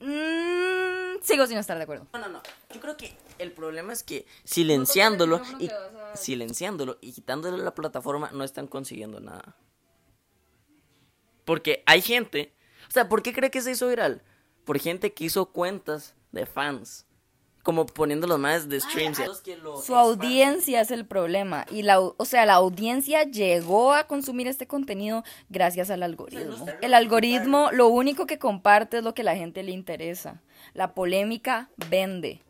[SPEAKER 1] Mm, sigo sin estar de acuerdo.
[SPEAKER 4] No, no, no. Yo creo que el problema es que silenciándolo y silenciándolo y quitándole la plataforma no están consiguiendo nada. Porque hay gente, o sea, ¿por qué cree que se hizo viral? Por gente que hizo cuentas de fans, como poniendo los más de streams.
[SPEAKER 1] Su audiencia es el problema. Y la, au- o sea, la audiencia llegó a consumir este contenido gracias al algoritmo. El algoritmo lo único que comparte es lo que la gente le interesa. La polémica vende.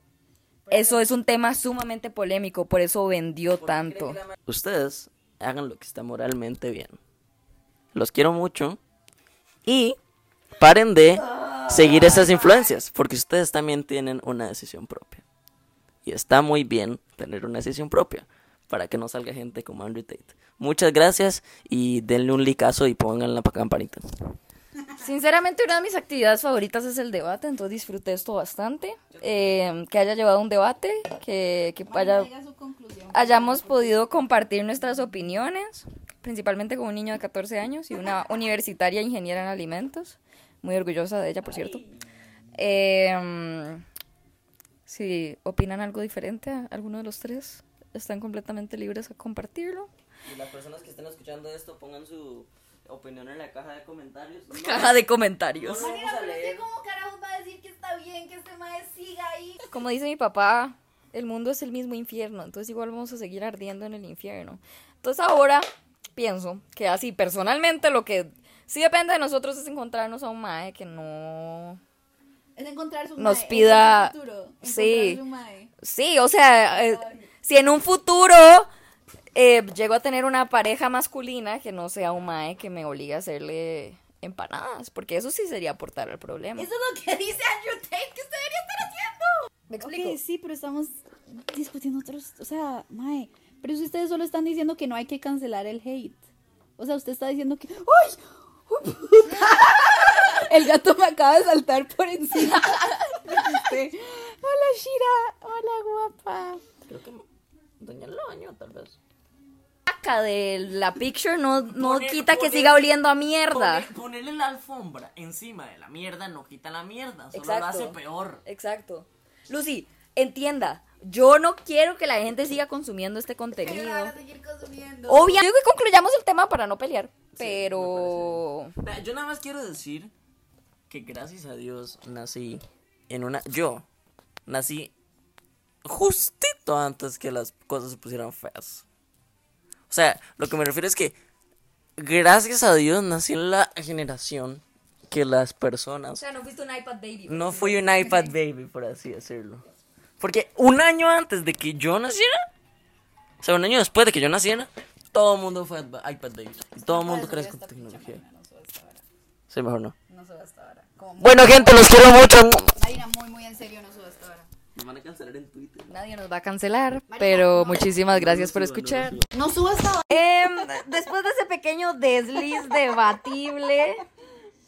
[SPEAKER 1] Eso Pues es un tema sumamente polémico, por eso vendió tanto.
[SPEAKER 4] Ustedes hagan lo que está moralmente bien. Los quiero mucho y paren de seguir esas influencias, porque ustedes también tienen una decisión propia. Y está muy bien tener una decisión propia para que no salga gente como Andrew Tate. Muchas gracias y denle un licazo y pongan la campanita.
[SPEAKER 5] Sinceramente, una de mis actividades favoritas es el debate, entonces disfruté esto bastante. Eh, que haya llevado un debate, que, que haya- hayamos podido compartir nuestras opiniones, principalmente con un niño de 14 años y una universitaria ingeniera en alimentos. Muy orgullosa de ella, por cierto. Eh, si opinan algo diferente a alguno de los tres, están completamente libres a compartirlo.
[SPEAKER 4] Y las personas que estén escuchando esto pongan su opinión en la caja de comentarios. No,
[SPEAKER 5] Caja de comentarios.
[SPEAKER 4] no vamos a leer.
[SPEAKER 6] ¿Cómo carajos va a decir que está bien que este mae siga ahí?
[SPEAKER 5] Como dice mi papá, el mundo es el mismo infierno, entonces igual vamos a seguir ardiendo en el infierno. Entonces ahora pienso que así personalmente lo que sí depende de nosotros es encontrarnos a un mae que no...
[SPEAKER 6] Es encontrar su
[SPEAKER 5] Nos
[SPEAKER 6] mae,
[SPEAKER 5] pida-
[SPEAKER 6] ese es el futuro,
[SPEAKER 5] sí.
[SPEAKER 6] encontrar su mae.
[SPEAKER 5] Sí, o sea, eh, si en un futuro eh, llego a tener una pareja masculina que no sea un mae que me obligue a hacerle empanadas, porque eso sí sería aportar al problema.
[SPEAKER 6] Eso es lo que dice Andrew Tate que usted debería estar haciendo.
[SPEAKER 5] ¿Me
[SPEAKER 6] Ok, sí, pero estamos discutiendo otros. O sea, mae. Pero si ustedes solo están diciendo que no hay que cancelar el hate. O sea, usted está diciendo que. ¡Uy! ¡Uy, puta! El gato me acaba de saltar por encima. Este, Hola, Shira. Hola, guapa.
[SPEAKER 4] Creo que Doña Loño, tal vez.
[SPEAKER 5] caca de la picture no, no
[SPEAKER 4] Poner-
[SPEAKER 5] quita que
[SPEAKER 4] poner-
[SPEAKER 5] siga oliendo a mierda.
[SPEAKER 4] Poner- ponerle la alfombra encima de la mierda no quita la mierda, solo
[SPEAKER 5] Exacto.
[SPEAKER 4] lo hace peor.
[SPEAKER 5] Exacto. Lucy, entienda, yo no quiero que la gente siga consumiendo este contenido. Obviamente, que concluyamos el tema para no pelear, pero...
[SPEAKER 4] Vea, Yo nada más quiero decir que gracias a Dios nací en una... Yo nací justito antes que las cosas se pusieran feas. O sea, lo que me refiero es que gracias a Dios nací en la generación que las personas
[SPEAKER 5] sea, no fuiste un iPad baby.
[SPEAKER 4] No fui un iPad baby, por así decirlo. Porque un año antes de que yo naciera, o sea, un año después de que yo naciera, todo el mundo fue adva- iPad baby. Y todo el
[SPEAKER 5] Ah,
[SPEAKER 4] mundo crece con tecnología. Sí, mejor no.
[SPEAKER 2] No suba hasta ahora.
[SPEAKER 4] Bueno, gente, los quiero mucho.
[SPEAKER 2] Marina, muy, muy en serio, no suba hasta ahora.
[SPEAKER 4] Me van a cancelar en Twitter.
[SPEAKER 5] Nadie nos va a cancelar, pero muchísimas gracias por escuchar.
[SPEAKER 2] No suba hasta ahora.
[SPEAKER 5] Em, después de ese pequeño desliz debatible,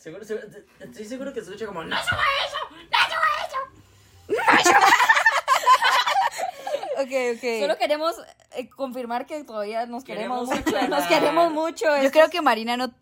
[SPEAKER 4] Seguro, seguro- estoy seguro que se escucha como... "No".
[SPEAKER 5] Ok, ok. Solo queremos eh, confirmar que todavía nos queremos,
[SPEAKER 4] Queremos
[SPEAKER 5] mucho.
[SPEAKER 4] aclarar.
[SPEAKER 5] Nos queremos mucho.
[SPEAKER 2] Yo creo que Marina no,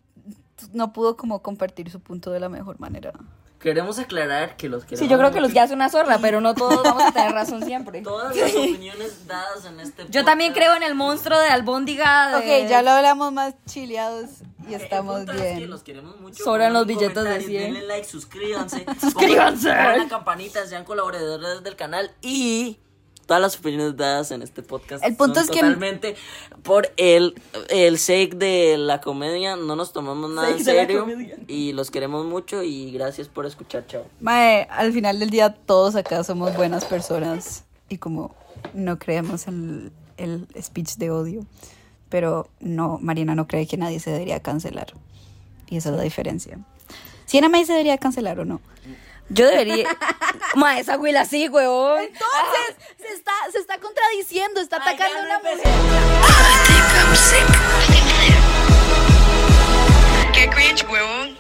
[SPEAKER 2] no pudo como compartir su punto de la mejor manera.
[SPEAKER 6] Pues,
[SPEAKER 4] Queremos aclarar que los queremos.
[SPEAKER 5] Sí, yo creo que los
[SPEAKER 4] mucho.
[SPEAKER 5] ya es una zorra, pero no todos vamos a tener razón siempre.
[SPEAKER 4] Todas las opiniones dadas en este
[SPEAKER 5] Yo también
[SPEAKER 4] podcast-
[SPEAKER 5] creo en el monstruo de albóndiga de...
[SPEAKER 2] Ok, ya lo hablamos más chileados y
[SPEAKER 4] El
[SPEAKER 2] estamos
[SPEAKER 4] punto es que
[SPEAKER 2] bien.
[SPEAKER 4] los queremos mucho.
[SPEAKER 5] Sobran los
[SPEAKER 4] Pongan
[SPEAKER 5] billetes de
[SPEAKER 4] comentarios,
[SPEAKER 5] 100.
[SPEAKER 4] Denle like, suscríbanse.
[SPEAKER 5] ¡Suscríbanse!
[SPEAKER 4] Pongan pongan la campanita, sean colaboradores del canal y todas las opiniones dadas en este podcast.
[SPEAKER 2] El punto
[SPEAKER 4] son
[SPEAKER 2] es que-
[SPEAKER 4] totalmente por el el sake de la comedia no nos tomamos nada en serio y los queremos mucho y gracias por escuchar, chao.
[SPEAKER 2] Mae, al final del día todos acá somos buenas personas y como no creemos en el speech de odio, pero no, Marina no cree que nadie se debería cancelar. Y esa es la diferencia. Siena May se debería cancelar o no.
[SPEAKER 5] Yo debería... Ma, esa güila sí, huevón.
[SPEAKER 6] Entonces, se está, se está contradiciendo, está atacando a una mujer.
[SPEAKER 3] I think I'm sick. Qué cringe, huevón.